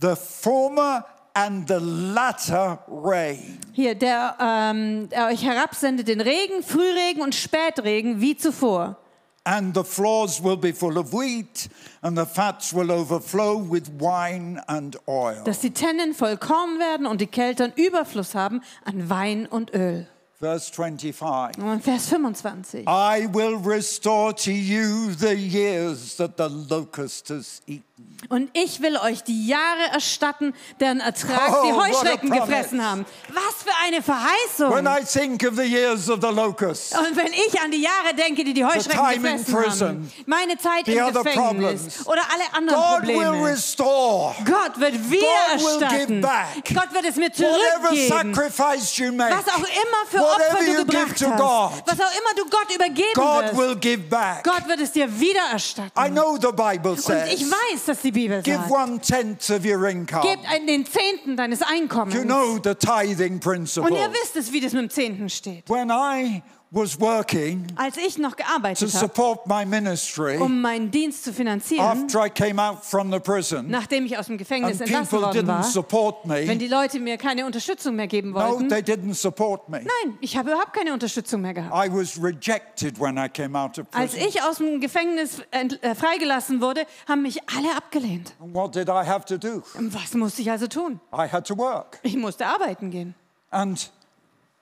[SPEAKER 1] the former and the latter rain.
[SPEAKER 2] Hier, der, ähm, der euch herabsendet den Regen, Frühregen und Spätregen wie zuvor.
[SPEAKER 1] And the floors will be full of wheat, and the fats will overflow with wine and oil.
[SPEAKER 2] Dass die Tennen vollkommen werden und die Keltern Überfluss haben an Wein und Öl.
[SPEAKER 1] Verse 25.
[SPEAKER 2] Und Vers 25.
[SPEAKER 1] I will restore to you the years that the locust has eaten.
[SPEAKER 2] Und ich will euch die Jahre erstatten, deren Ertrag die
[SPEAKER 1] Oh, what a
[SPEAKER 2] Heuschrecken
[SPEAKER 1] promise.
[SPEAKER 2] gefressen haben. Was für eine Verheißung!
[SPEAKER 1] When I think of the years of the locust,
[SPEAKER 2] und wenn ich an die Jahre denke, die die
[SPEAKER 1] time
[SPEAKER 2] Heuschrecken
[SPEAKER 1] in
[SPEAKER 2] gefressen
[SPEAKER 1] prison,
[SPEAKER 2] haben, meine Zeit
[SPEAKER 1] the
[SPEAKER 2] im
[SPEAKER 1] other
[SPEAKER 2] Gefängnis
[SPEAKER 1] problems,
[SPEAKER 2] oder alle anderen
[SPEAKER 1] God will
[SPEAKER 2] Probleme.
[SPEAKER 1] restore
[SPEAKER 2] Gott wird wieder
[SPEAKER 1] God will give
[SPEAKER 2] erstatten.
[SPEAKER 1] back.
[SPEAKER 2] Gott wird es mir
[SPEAKER 1] whatever
[SPEAKER 2] zurückgeben.
[SPEAKER 1] sacrifice you make.
[SPEAKER 2] Was auch immer für
[SPEAKER 1] Whatever
[SPEAKER 2] Opfer
[SPEAKER 1] you
[SPEAKER 2] du
[SPEAKER 1] give
[SPEAKER 2] gebracht
[SPEAKER 1] to
[SPEAKER 2] hast,
[SPEAKER 1] God,
[SPEAKER 2] was auch immer du Gott übergeben
[SPEAKER 1] God
[SPEAKER 2] wirst,
[SPEAKER 1] will give back.
[SPEAKER 2] Gott wird es dir wieder erstatten.
[SPEAKER 1] I know the Bible
[SPEAKER 2] Und ich
[SPEAKER 1] says
[SPEAKER 2] weiß, dass die Bibel
[SPEAKER 1] give
[SPEAKER 2] sagt,
[SPEAKER 1] one tenth of your income.
[SPEAKER 2] gebt einen den Zehnten deines Einkommens.
[SPEAKER 1] You know the tithing principle.
[SPEAKER 2] Und er ihr wisst es, wie das mit dem Zehnten steht.
[SPEAKER 1] When I was working
[SPEAKER 2] Als ich noch
[SPEAKER 1] to
[SPEAKER 2] gearbeitet habe,
[SPEAKER 1] support my ministry
[SPEAKER 2] um meinen Dienst zu finanzieren,
[SPEAKER 1] after I came out from the prison,
[SPEAKER 2] nachdem ich aus dem Gefängnis
[SPEAKER 1] and
[SPEAKER 2] entlassen
[SPEAKER 1] people
[SPEAKER 2] worden
[SPEAKER 1] didn't
[SPEAKER 2] war,
[SPEAKER 1] support
[SPEAKER 2] wenn
[SPEAKER 1] me,
[SPEAKER 2] die Leute mir keine Unterstützung mehr geben
[SPEAKER 1] no,
[SPEAKER 2] wollten,
[SPEAKER 1] they didn't support me.
[SPEAKER 2] nein, ich habe überhaupt keine Unterstützung mehr gehabt.
[SPEAKER 1] I was rejected when I came out of
[SPEAKER 2] Als
[SPEAKER 1] prison.
[SPEAKER 2] ich aus dem Gefängnis ent- äh, freigelassen wurde, haben mich alle abgelehnt.
[SPEAKER 1] And What did I have to do?
[SPEAKER 2] Was musste ich also tun?
[SPEAKER 1] I had to work.
[SPEAKER 2] Ich musste arbeiten gehen.
[SPEAKER 1] And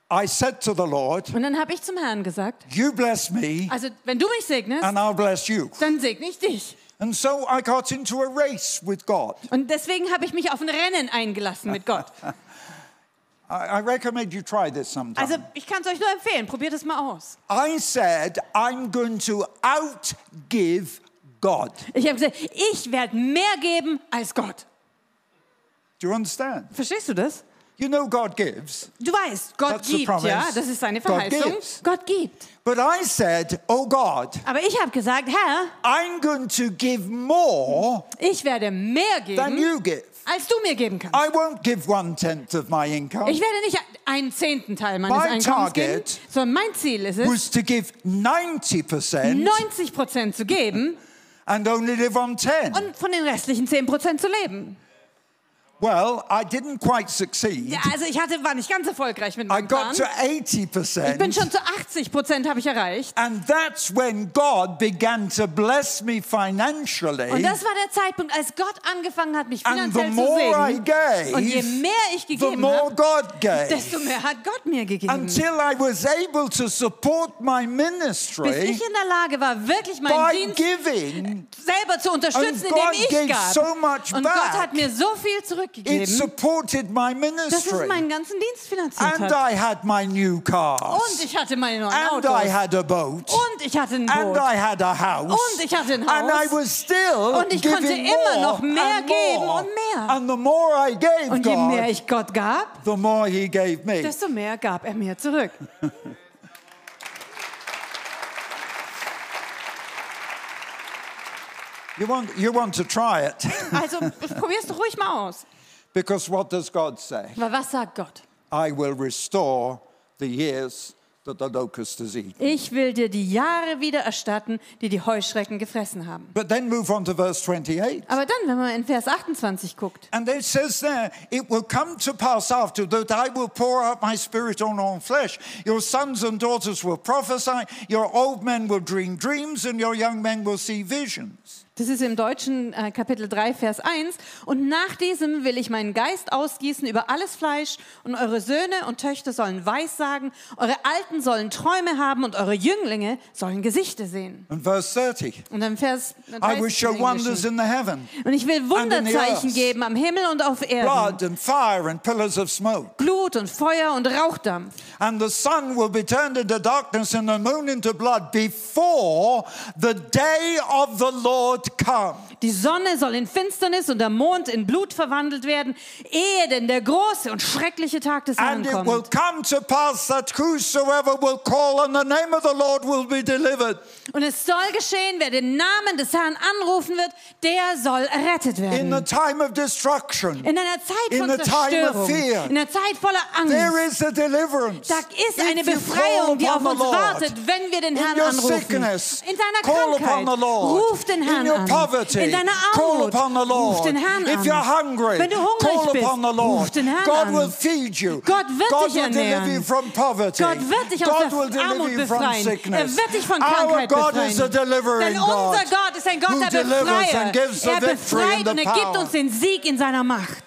[SPEAKER 1] I said to the Lord,
[SPEAKER 2] Und dann habe ich zum Herrn gesagt,
[SPEAKER 1] You bless me,
[SPEAKER 2] also wenn du mich segnest,
[SPEAKER 1] and I'll bless you.
[SPEAKER 2] dann segne ich dich.
[SPEAKER 1] And so I got into a race with God.
[SPEAKER 2] Und deswegen habe ich mich auf ein Rennen eingelassen
[SPEAKER 1] (laughs)
[SPEAKER 2] mit Gott.
[SPEAKER 1] I, I recommend you try this sometime.
[SPEAKER 2] Also ich kann es euch nur empfehlen, probiert es mal aus.
[SPEAKER 1] I said, I'm going to outgive God.
[SPEAKER 2] Ich habe gesagt, ich werde mehr geben als Gott.
[SPEAKER 1] Do you understand?
[SPEAKER 2] Verstehst du das?
[SPEAKER 1] You know God gives.
[SPEAKER 2] Du weißt, Gott
[SPEAKER 1] That's the
[SPEAKER 2] gibt, ja,
[SPEAKER 1] promise.
[SPEAKER 2] das ist seine
[SPEAKER 1] God
[SPEAKER 2] Verheißung.
[SPEAKER 1] gives.
[SPEAKER 2] Gott gibt.
[SPEAKER 1] But I said, Oh God,
[SPEAKER 2] Aber ich habe gesagt, Herr,
[SPEAKER 1] I'm going to give more
[SPEAKER 2] ich werde mehr
[SPEAKER 1] than
[SPEAKER 2] geben,
[SPEAKER 1] you give.
[SPEAKER 2] als du mir geben kannst.
[SPEAKER 1] I won't give one tenth of my income.
[SPEAKER 2] Ich werde nicht einen zehnten Teil meines
[SPEAKER 1] My
[SPEAKER 2] Einkommens geben,
[SPEAKER 1] target
[SPEAKER 2] sondern mein Ziel ist es,
[SPEAKER 1] Was to give 90%
[SPEAKER 2] 90 Prozent zu geben
[SPEAKER 1] and only live on 10.
[SPEAKER 2] und von den restlichen 10 Prozent zu leben.
[SPEAKER 1] Well, I didn't quite succeed.
[SPEAKER 2] Ja, also ich hatte, war nicht ganz erfolgreich mit
[SPEAKER 1] I
[SPEAKER 2] meinem
[SPEAKER 1] got
[SPEAKER 2] Plan.
[SPEAKER 1] to
[SPEAKER 2] Ich bin
[SPEAKER 1] 80%.
[SPEAKER 2] schon zu 80 Prozent habe ich erreicht.
[SPEAKER 1] And that's when God began to bless me
[SPEAKER 2] Und
[SPEAKER 1] financially.
[SPEAKER 2] das war der Zeitpunkt, als Gott angefangen hat, mich
[SPEAKER 1] And the
[SPEAKER 2] finanziell zu
[SPEAKER 1] more I
[SPEAKER 2] segnen. Und je
[SPEAKER 1] gave,
[SPEAKER 2] mehr ich
[SPEAKER 1] the
[SPEAKER 2] gegeben
[SPEAKER 1] more
[SPEAKER 2] habe,
[SPEAKER 1] God gave.
[SPEAKER 2] desto mehr hat Gott mir gegeben.
[SPEAKER 1] Until I was able to support my
[SPEAKER 2] Bis
[SPEAKER 1] ministry
[SPEAKER 2] ich in der Lage war, wirklich meinen
[SPEAKER 1] by
[SPEAKER 2] Dienst
[SPEAKER 1] giving,
[SPEAKER 2] selber zu unterstützen,
[SPEAKER 1] And God
[SPEAKER 2] indem
[SPEAKER 1] gave
[SPEAKER 2] ich gab.
[SPEAKER 1] so much
[SPEAKER 2] Und
[SPEAKER 1] back.
[SPEAKER 2] Gott hat mir so viel
[SPEAKER 1] it
[SPEAKER 2] zurückgegeben,
[SPEAKER 1] supported my
[SPEAKER 2] dass es
[SPEAKER 1] ministry.
[SPEAKER 2] meinen ganzen Dienst finanziert
[SPEAKER 1] And
[SPEAKER 2] hat.
[SPEAKER 1] I had my new
[SPEAKER 2] Und
[SPEAKER 1] cars.
[SPEAKER 2] ich hatte meine neuen
[SPEAKER 1] And I
[SPEAKER 2] Autos.
[SPEAKER 1] had a boat.
[SPEAKER 2] Und ich hatte ein
[SPEAKER 1] And
[SPEAKER 2] Boot.
[SPEAKER 1] I had a house.
[SPEAKER 2] Und ich hatte ein
[SPEAKER 1] And I
[SPEAKER 2] Haus.
[SPEAKER 1] was still
[SPEAKER 2] Und ich konnte
[SPEAKER 1] giving
[SPEAKER 2] immer
[SPEAKER 1] more
[SPEAKER 2] noch mehr
[SPEAKER 1] and
[SPEAKER 2] geben
[SPEAKER 1] more.
[SPEAKER 2] und mehr.
[SPEAKER 1] And the more I gave
[SPEAKER 2] Und je
[SPEAKER 1] God,
[SPEAKER 2] mehr ich Gott gab,
[SPEAKER 1] the more he gave me.
[SPEAKER 2] desto mehr gab er mir zurück.
[SPEAKER 1] You want, you want to try it. (laughs)
[SPEAKER 2] Also probier's doch ruhig mal aus.
[SPEAKER 1] because what does God say?
[SPEAKER 2] Aber was sagt Gott?
[SPEAKER 1] I will restore the years that the locust has eaten.
[SPEAKER 2] Ich will dir die Jahre wieder erstatten, die die Heuschrecken gefressen haben.
[SPEAKER 1] But then move on to verse 28.
[SPEAKER 2] Aber dann, wenn man in Vers 28 guckt,
[SPEAKER 1] And it says there, it will come to pass after that I will pour out my spirit on all flesh. Your sons and daughters will prophesy, your old men will dream dreams, and your young men will see visions.
[SPEAKER 2] das ist im Deutschen äh, Kapitel 3, Vers 1, und nach diesem will ich meinen Geist ausgießen über alles Fleisch, und eure Söhne und Töchter sollen Weissagen, eure Alten sollen Träume haben, und eure Jünglinge sollen Gesichter sehen.
[SPEAKER 1] And verse 30,
[SPEAKER 2] Und dann Vers
[SPEAKER 1] I will
[SPEAKER 2] 30
[SPEAKER 1] show
[SPEAKER 2] im
[SPEAKER 1] wonders
[SPEAKER 2] Englischen.
[SPEAKER 1] in the heaven,
[SPEAKER 2] Und ich will Wunderzeichen
[SPEAKER 1] earth.
[SPEAKER 2] geben am Himmel und auf Erden,
[SPEAKER 1] blood and fire and pillars of smoke.
[SPEAKER 2] Blut und Feuer und Rauchdampf.
[SPEAKER 1] And the sun will be turned into darkness and the moon into blood before the day of the Lord comes.
[SPEAKER 2] Die Sonne soll in Finsternis und der Mond in Blut verwandelt werden, ehe denn der große und schreckliche Tag des Herrn
[SPEAKER 1] And it will
[SPEAKER 2] kommt.
[SPEAKER 1] come to pass that whosoever will call on the name of the Lord will be delivered.
[SPEAKER 2] Und es soll geschehen, wer den Namen des Herrn anrufen wird, der soll errettet
[SPEAKER 1] In the
[SPEAKER 2] werden.
[SPEAKER 1] time of destruction,
[SPEAKER 2] In einer Zeit
[SPEAKER 1] in
[SPEAKER 2] von
[SPEAKER 1] the time of
[SPEAKER 2] Zerstörung,
[SPEAKER 1] fear,
[SPEAKER 2] in einer Zeit voller
[SPEAKER 1] there
[SPEAKER 2] Angst,
[SPEAKER 1] is a deliverance.
[SPEAKER 2] da ist
[SPEAKER 1] If
[SPEAKER 2] eine
[SPEAKER 1] you call
[SPEAKER 2] Befreiung, die auf
[SPEAKER 1] upon the
[SPEAKER 2] uns
[SPEAKER 1] Lord,
[SPEAKER 2] wartet, wenn wir
[SPEAKER 1] in
[SPEAKER 2] den Herrn
[SPEAKER 1] your
[SPEAKER 2] anrufen. In
[SPEAKER 1] sickness,
[SPEAKER 2] deiner
[SPEAKER 1] call upon
[SPEAKER 2] Krankheit,
[SPEAKER 1] the Lord.
[SPEAKER 2] ruf den
[SPEAKER 1] In
[SPEAKER 2] Herrn
[SPEAKER 1] your
[SPEAKER 2] an.
[SPEAKER 1] poverty,
[SPEAKER 2] in deiner
[SPEAKER 1] call
[SPEAKER 2] Armut,
[SPEAKER 1] upon the
[SPEAKER 2] ruf
[SPEAKER 1] Lord.
[SPEAKER 2] den Herrn
[SPEAKER 1] If
[SPEAKER 2] an.
[SPEAKER 1] you're hungry,
[SPEAKER 2] wenn du
[SPEAKER 1] call
[SPEAKER 2] hungrig bist,
[SPEAKER 1] upon the Lord.
[SPEAKER 2] ruf den Herrn
[SPEAKER 1] God
[SPEAKER 2] an.
[SPEAKER 1] will feed you.
[SPEAKER 2] Gott wird
[SPEAKER 1] God
[SPEAKER 2] dich
[SPEAKER 1] will deliver
[SPEAKER 2] ernähren.
[SPEAKER 1] you from poverty.
[SPEAKER 2] Gott wird dich
[SPEAKER 1] God
[SPEAKER 2] aus
[SPEAKER 1] will
[SPEAKER 2] der
[SPEAKER 1] deliver
[SPEAKER 2] Armut
[SPEAKER 1] you from
[SPEAKER 2] befreien. Er
[SPEAKER 1] sickness.
[SPEAKER 2] wird dich von
[SPEAKER 1] Our
[SPEAKER 2] Krankheit
[SPEAKER 1] God
[SPEAKER 2] befreien.
[SPEAKER 1] is a delivering
[SPEAKER 2] Denn
[SPEAKER 1] God
[SPEAKER 2] unser Gott ist ein
[SPEAKER 1] who
[SPEAKER 2] Gott, der
[SPEAKER 1] delivers and
[SPEAKER 2] Befreier.
[SPEAKER 1] gives the
[SPEAKER 2] Er
[SPEAKER 1] victory and
[SPEAKER 2] befreit
[SPEAKER 1] the
[SPEAKER 2] und er gibt
[SPEAKER 1] power.
[SPEAKER 2] uns den Sieg in seiner Macht.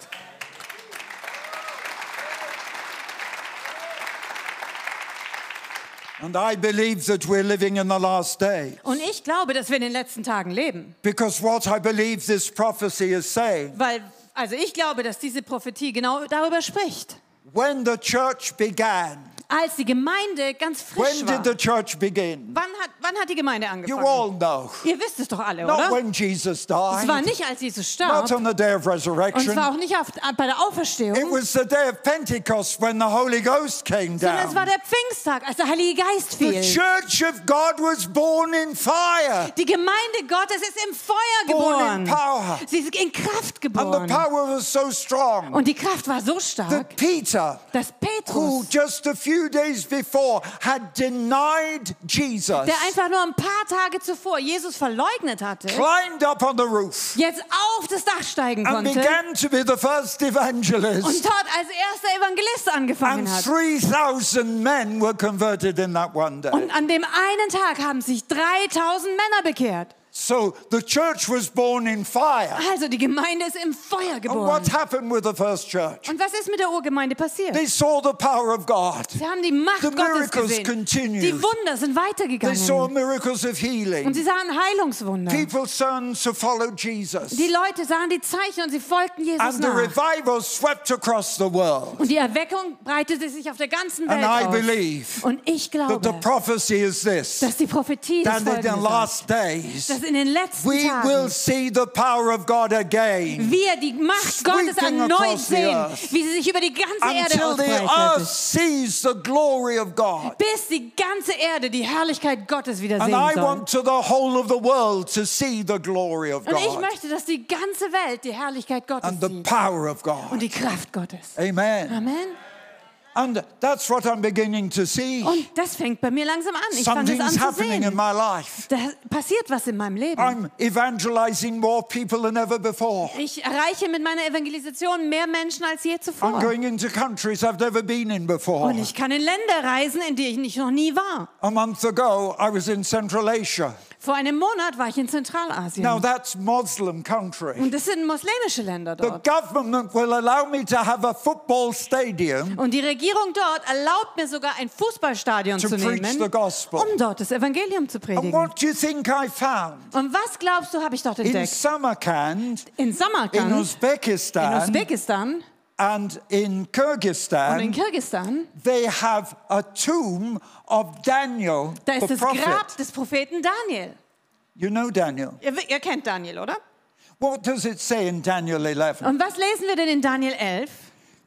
[SPEAKER 1] And I believe that we're living in the last day.
[SPEAKER 2] Und ich glaube, dass wir in den letzten Tagen leben.
[SPEAKER 1] Because what I believe this prophecy is saying,
[SPEAKER 2] Weil, also ich glaube, dass diese Prophetie genau darüber spricht.
[SPEAKER 1] when the church began,
[SPEAKER 2] Als die Gemeinde ganz
[SPEAKER 1] when
[SPEAKER 2] frisch war,
[SPEAKER 1] did the church begin?
[SPEAKER 2] wann hat, wann hat die Gemeinde
[SPEAKER 1] You
[SPEAKER 2] angefangen?
[SPEAKER 1] all know.
[SPEAKER 2] Ihr wisst es doch alle,
[SPEAKER 1] Not
[SPEAKER 2] oder?
[SPEAKER 1] when Jesus
[SPEAKER 2] Es war
[SPEAKER 1] died,
[SPEAKER 2] nicht, als Jesus
[SPEAKER 1] not
[SPEAKER 2] starb.
[SPEAKER 1] on the day of
[SPEAKER 2] Und es
[SPEAKER 1] resurrection.
[SPEAKER 2] war auch nicht auf, bei der
[SPEAKER 1] It
[SPEAKER 2] Auferstehung,
[SPEAKER 1] was the day of Pentecost when the Holy Ghost came
[SPEAKER 2] sondern es
[SPEAKER 1] down.
[SPEAKER 2] war der Pfingsttag, als der Heilige Geist
[SPEAKER 1] The
[SPEAKER 2] fiel.
[SPEAKER 1] church of God was born in fire,
[SPEAKER 2] Die Gemeinde Gottes ist im Feuer
[SPEAKER 1] born in
[SPEAKER 2] geboren.
[SPEAKER 1] power.
[SPEAKER 2] Sie ist in Kraft
[SPEAKER 1] And the
[SPEAKER 2] geboren.
[SPEAKER 1] power was so strong
[SPEAKER 2] Und die Kraft war so
[SPEAKER 1] that
[SPEAKER 2] stark,
[SPEAKER 1] Peter,
[SPEAKER 2] dass
[SPEAKER 1] who
[SPEAKER 2] Petrus,
[SPEAKER 1] just a few days before had denied Jesus,
[SPEAKER 2] der einfach nur ein paar Tage zuvor Jesus verleugnet hatte,
[SPEAKER 1] climbed up on the roof.
[SPEAKER 2] jetzt auf das Dach steigen
[SPEAKER 1] and
[SPEAKER 2] konnte
[SPEAKER 1] began to be the first
[SPEAKER 2] und
[SPEAKER 1] evangelist.
[SPEAKER 2] dort als erster Evangelist
[SPEAKER 1] And
[SPEAKER 2] angefangen hat.
[SPEAKER 1] 3,000 men were converted in that one day.
[SPEAKER 2] Und an dem einen Tag haben sich 3000 Männer bekehrt.
[SPEAKER 1] So the church was born in fire.
[SPEAKER 2] Also die Gemeinde ist im Feuer
[SPEAKER 1] And what
[SPEAKER 2] geboren.
[SPEAKER 1] happened with the first church?
[SPEAKER 2] Und was ist mit der Urgemeinde passiert?
[SPEAKER 1] They saw the power of God.
[SPEAKER 2] Sie haben die Macht
[SPEAKER 1] The
[SPEAKER 2] Gottes
[SPEAKER 1] miracles
[SPEAKER 2] gesehen.
[SPEAKER 1] continued.
[SPEAKER 2] Die Wunder sind
[SPEAKER 1] They saw
[SPEAKER 2] weitergegangen.
[SPEAKER 1] miracles of
[SPEAKER 2] Und
[SPEAKER 1] healing.
[SPEAKER 2] sie sahen Heilungswunder.
[SPEAKER 1] People turned to follow Jesus.
[SPEAKER 2] Die Leute sahen die Zeichen und sie folgten Jesus
[SPEAKER 1] And the
[SPEAKER 2] nach.
[SPEAKER 1] revival swept across the world.
[SPEAKER 2] Und die Erweckung breitete sich auf der ganzen
[SPEAKER 1] And I
[SPEAKER 2] Welt
[SPEAKER 1] believe
[SPEAKER 2] aus. Und ich
[SPEAKER 1] that the
[SPEAKER 2] glaube,
[SPEAKER 1] prophecy is this
[SPEAKER 2] dass die Prophetie des
[SPEAKER 1] that in the
[SPEAKER 2] Folgendes sagt,
[SPEAKER 1] last days,
[SPEAKER 2] dass dass in den letzten
[SPEAKER 1] we will
[SPEAKER 2] Tagen
[SPEAKER 1] see the power of God again
[SPEAKER 2] wir die Macht Gottes
[SPEAKER 1] sweeping
[SPEAKER 2] erneut
[SPEAKER 1] across the
[SPEAKER 2] sehen,
[SPEAKER 1] earth.
[SPEAKER 2] wie sie sich über die ganze Erde
[SPEAKER 1] until the earth
[SPEAKER 2] ausbreitet,
[SPEAKER 1] sees the glory of God.
[SPEAKER 2] bis die ganze Erde die Herrlichkeit Gottes wieder
[SPEAKER 1] And
[SPEAKER 2] sehen
[SPEAKER 1] I
[SPEAKER 2] soll.
[SPEAKER 1] want to the whole of the world to see the glory of
[SPEAKER 2] Und ich
[SPEAKER 1] God
[SPEAKER 2] möchte, dass die ganze Welt die Herrlichkeit Gottes
[SPEAKER 1] and the
[SPEAKER 2] sieht
[SPEAKER 1] power of
[SPEAKER 2] und
[SPEAKER 1] God.
[SPEAKER 2] die Kraft Gottes.
[SPEAKER 1] Amen.
[SPEAKER 2] Amen.
[SPEAKER 1] And that's what I'm beginning to see.
[SPEAKER 2] Und das fängt bei mir langsam an. Ich fange das
[SPEAKER 1] Something's
[SPEAKER 2] an zu
[SPEAKER 1] happening in
[SPEAKER 2] sehen.
[SPEAKER 1] my life.
[SPEAKER 2] Da passiert was in meinem Leben.
[SPEAKER 1] I'm evangelizing more people than ever before.
[SPEAKER 2] Ich erreiche mit meiner Evangelisation mehr Menschen als je
[SPEAKER 1] I'm
[SPEAKER 2] zuvor.
[SPEAKER 1] going into countries I've never been in before.
[SPEAKER 2] Und ich kann in Länder reisen, in die ich nicht noch nie war.
[SPEAKER 1] A month ago, I was in Central Asia.
[SPEAKER 2] Vor einem Monat war ich in Zentralasien.
[SPEAKER 1] Now, that's Muslim country.
[SPEAKER 2] Und das sind muslimische Länder
[SPEAKER 1] The
[SPEAKER 2] dort.
[SPEAKER 1] government will allow me to have a football stadium
[SPEAKER 2] Und die Regierung dort erlaubt mir sogar ein Fußballstadion
[SPEAKER 1] To
[SPEAKER 2] zu
[SPEAKER 1] preach
[SPEAKER 2] nehmen,
[SPEAKER 1] the gospel.
[SPEAKER 2] um dort das Evangelium zu
[SPEAKER 1] And
[SPEAKER 2] predigen.
[SPEAKER 1] what do you think I found?
[SPEAKER 2] Und was glaubst du, habe ich dort
[SPEAKER 1] In
[SPEAKER 2] entdeckt?
[SPEAKER 1] Samarkand,
[SPEAKER 2] In
[SPEAKER 1] in
[SPEAKER 2] Samarkand, in
[SPEAKER 1] Uzbekistan,
[SPEAKER 2] Usbekistan
[SPEAKER 1] and in
[SPEAKER 2] und in
[SPEAKER 1] Kyrgyzstan,
[SPEAKER 2] Kirgisistan,
[SPEAKER 1] they have a tomb of Daniel,
[SPEAKER 2] da ist
[SPEAKER 1] the
[SPEAKER 2] das Grab
[SPEAKER 1] prophet.
[SPEAKER 2] des Propheten Daniel.
[SPEAKER 1] You know Daniel.
[SPEAKER 2] Ihr, ihr kennt Daniel, oder?
[SPEAKER 1] What does it say in Daniel 11?
[SPEAKER 2] Und was lesen wir denn in Daniel 11?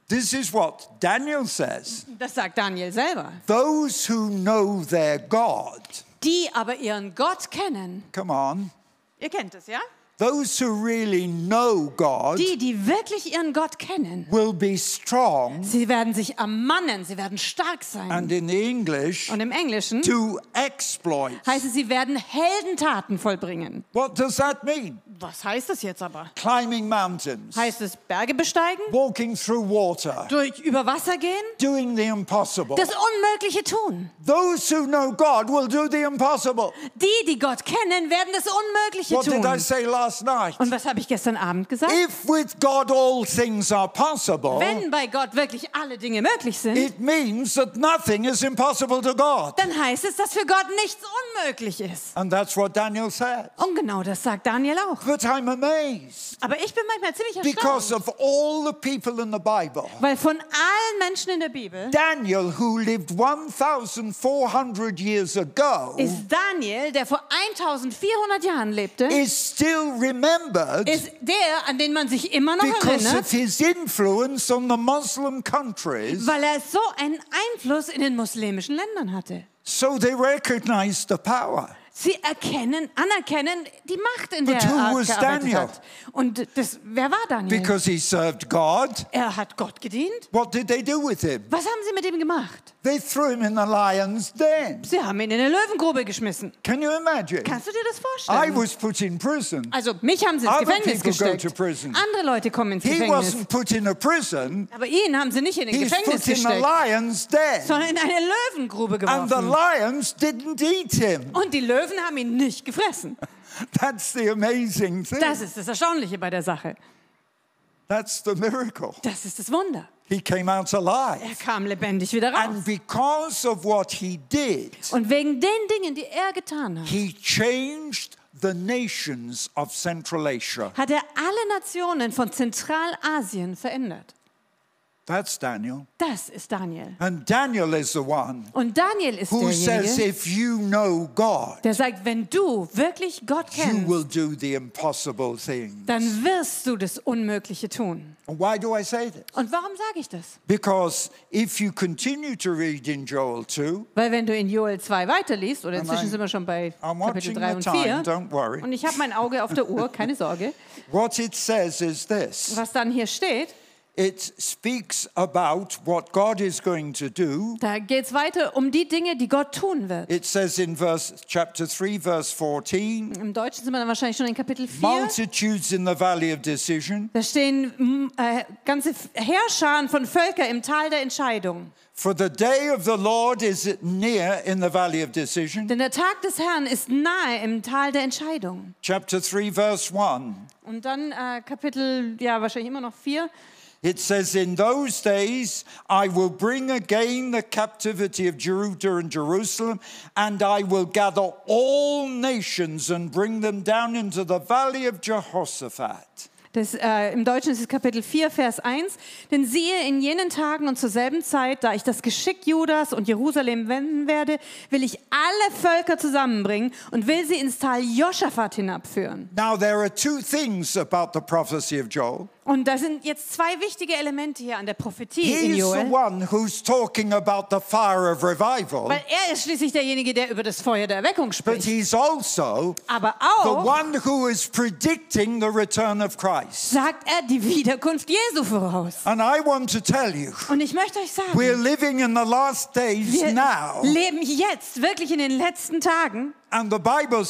[SPEAKER 1] This is what Daniel says
[SPEAKER 2] Das sagt Daniel selber.
[SPEAKER 1] Those who know their God,
[SPEAKER 2] Die aber ihren Gott kennen.
[SPEAKER 1] come on,
[SPEAKER 2] Ihr kennt es, ja?
[SPEAKER 1] those who really know God
[SPEAKER 2] Die, die wirklich ihren Gott kennen.
[SPEAKER 1] will be strong,
[SPEAKER 2] Sie werden sich ermannen, sie werden stark sein.
[SPEAKER 1] and in the English,
[SPEAKER 2] Und im Englischen
[SPEAKER 1] to exploit.
[SPEAKER 2] heißt es, sie werden Heldentaten vollbringen.
[SPEAKER 1] What does that mean?
[SPEAKER 2] Was heißt das jetzt aber?
[SPEAKER 1] Climbing mountains,
[SPEAKER 2] Heißt es Berge besteigen?
[SPEAKER 1] walking through water,
[SPEAKER 2] Durch über Wasser gehen?
[SPEAKER 1] doing the impossible.
[SPEAKER 2] Das Unmögliche tun.
[SPEAKER 1] Those who know God will do the impossible.
[SPEAKER 2] Die, die Gott kennen, werden das Unmögliche
[SPEAKER 1] What did I
[SPEAKER 2] tun.
[SPEAKER 1] say last night?
[SPEAKER 2] Und was habe ich gestern Abend gesagt?
[SPEAKER 1] If with God all things are possible,
[SPEAKER 2] Wenn bei Gott wirklich alle Dinge möglich sind,
[SPEAKER 1] it means that nothing is impossible to God.
[SPEAKER 2] dann heißt es, dass für Gott nichts unmöglich ist.
[SPEAKER 1] And that's what Daniel said.
[SPEAKER 2] Und genau das sagt Daniel auch.
[SPEAKER 1] But I'm amazed
[SPEAKER 2] Aber ich bin manchmal ziemlich
[SPEAKER 1] because
[SPEAKER 2] erstaunt,
[SPEAKER 1] of all the people in the Bible.
[SPEAKER 2] weil von allen Menschen in der Bibel
[SPEAKER 1] Daniel, who lived 1,400 years ago,
[SPEAKER 2] ist Daniel, der vor 1400 Jahren lebte,
[SPEAKER 1] is still remembered
[SPEAKER 2] ist der, an den man sich immer noch
[SPEAKER 1] because
[SPEAKER 2] erinnert,
[SPEAKER 1] of his influence on the Muslim countries.
[SPEAKER 2] weil er so einen Einfluss in den muslimischen Ländern hatte.
[SPEAKER 1] So they recognized the power.
[SPEAKER 2] Sie erkennen, anerkennen die Macht, in der
[SPEAKER 1] But
[SPEAKER 2] er
[SPEAKER 1] who
[SPEAKER 2] ar-
[SPEAKER 1] was
[SPEAKER 2] gearbeitet
[SPEAKER 1] Daniel?
[SPEAKER 2] hat. Und das, wer war Daniel?
[SPEAKER 1] Because he served God.
[SPEAKER 2] er hat Gott gedient.
[SPEAKER 1] What did they do with him?
[SPEAKER 2] Was haben sie mit ihm gemacht?
[SPEAKER 1] They threw him in the lion's den.
[SPEAKER 2] Sie haben ihn in eine Löwengrube geschmissen.
[SPEAKER 1] Can you imagine?
[SPEAKER 2] Kannst du dir das
[SPEAKER 1] I
[SPEAKER 2] vorstellen?
[SPEAKER 1] was put in prison.
[SPEAKER 2] Also mich haben sie ins
[SPEAKER 1] Other
[SPEAKER 2] Gefängnis
[SPEAKER 1] people go
[SPEAKER 2] gesteckt.
[SPEAKER 1] to prison.
[SPEAKER 2] Andere Leute kommen ins
[SPEAKER 1] He
[SPEAKER 2] Gefängnis.
[SPEAKER 1] wasn't put in a prison.
[SPEAKER 2] Aber ihn haben sie nicht in den
[SPEAKER 1] He's
[SPEAKER 2] Gefängnis
[SPEAKER 1] put in the
[SPEAKER 2] gesteckt,
[SPEAKER 1] lion's den.
[SPEAKER 2] sondern in eine Löwengrube
[SPEAKER 1] And the
[SPEAKER 2] geworfen.
[SPEAKER 1] lions didn't eat him. (laughs)
[SPEAKER 2] Und die Löwen haben ihn nicht gefressen.
[SPEAKER 1] That's the amazing
[SPEAKER 2] Das
[SPEAKER 1] thing.
[SPEAKER 2] ist das Erstaunliche bei der Sache.
[SPEAKER 1] That's the miracle.
[SPEAKER 2] Das ist das Wunder.
[SPEAKER 1] He came out alive.
[SPEAKER 2] Er kam lebendig wieder raus.
[SPEAKER 1] And because of what he did,
[SPEAKER 2] Und wegen den Dingen, die er getan hat,
[SPEAKER 1] he changed the nations of Central Asia.
[SPEAKER 2] hat er alle Nationen von Zentralasien verändert.
[SPEAKER 1] That's Daniel.
[SPEAKER 2] Das ist Daniel.
[SPEAKER 1] And Daniel is the one
[SPEAKER 2] Und Daniel ist
[SPEAKER 1] who says,
[SPEAKER 2] derjenige,
[SPEAKER 1] if you know God,
[SPEAKER 2] der sagt, wenn du wirklich Gott
[SPEAKER 1] you
[SPEAKER 2] kennst,
[SPEAKER 1] will do the impossible thing.
[SPEAKER 2] dann wirst du das Unmögliche tun.
[SPEAKER 1] And Why do I say that?
[SPEAKER 2] Und warum sage ich das?
[SPEAKER 1] Because if you continue to read in Joel 2,
[SPEAKER 2] Weil wenn du in Joel 2 weiterliest, oder inzwischen
[SPEAKER 1] I'm-
[SPEAKER 2] sind wir schon bei
[SPEAKER 1] I'm watching
[SPEAKER 2] Kapitel 3
[SPEAKER 1] the
[SPEAKER 2] und
[SPEAKER 1] time,
[SPEAKER 2] 4,
[SPEAKER 1] don't worry.
[SPEAKER 2] und ich habe mein Auge auf
[SPEAKER 1] (laughs)
[SPEAKER 2] der Uhr, keine Sorge,
[SPEAKER 1] What it says is this
[SPEAKER 2] was dann hier steht,
[SPEAKER 1] it speaks about what God is going to do.
[SPEAKER 2] da geht es weiter um die Dinge, die Gott tun wird.
[SPEAKER 1] It says in verse chapter 3 verse 14
[SPEAKER 2] Im Deutschen sind wir dann wahrscheinlich schon in Kapitel 4.
[SPEAKER 1] multitudes in the valley of decision
[SPEAKER 2] Da stehen m, äh, ganze Herrscharen von Völkern im Tal der Entscheidung.
[SPEAKER 1] for the day of the Lord is near in the valley of decision
[SPEAKER 2] Denn der Tag des Herrn ist nahe im Tal der Entscheidung.
[SPEAKER 1] chapter 3 verse 1
[SPEAKER 2] Und dann äh, Kapitel, ja, wahrscheinlich immer noch 4.
[SPEAKER 1] it says in those days I will bring again the captivity of Judah and Jerusalem and I will gather all nations and bring them down into the valley of Jehoshaphat
[SPEAKER 2] Das, äh, Im Deutschen ist es Kapitel 4, Vers 1. Denn siehe, in jenen Tagen und zur selben Zeit, da ich das Geschick Judas und Jerusalem wenden werde, will ich alle Völker zusammenbringen und will sie ins Tal Josaphat hinabführen.
[SPEAKER 1] Now, there are two things about the prophecy of Joel.
[SPEAKER 2] Und da sind jetzt zwei wichtige Elemente hier an der Prophetie
[SPEAKER 1] He's
[SPEAKER 2] in
[SPEAKER 1] the
[SPEAKER 2] Joel.
[SPEAKER 1] one who's talking about the fire of revival,
[SPEAKER 2] Weil er ist schließlich derjenige, der über das Feuer der Erweckung
[SPEAKER 1] but
[SPEAKER 2] spricht.
[SPEAKER 1] he's also
[SPEAKER 2] Aber
[SPEAKER 1] the
[SPEAKER 2] auch
[SPEAKER 1] one who is predicting the return of Christ.
[SPEAKER 2] sagt er die Wiederkunft Jesu voraus.
[SPEAKER 1] And I want to tell you,
[SPEAKER 2] Und ich möchte euch sagen,
[SPEAKER 1] we're living in the last days
[SPEAKER 2] wir
[SPEAKER 1] now,
[SPEAKER 2] leben jetzt, wirklich in den letzten Tagen.
[SPEAKER 1] and the Bible
[SPEAKER 2] Und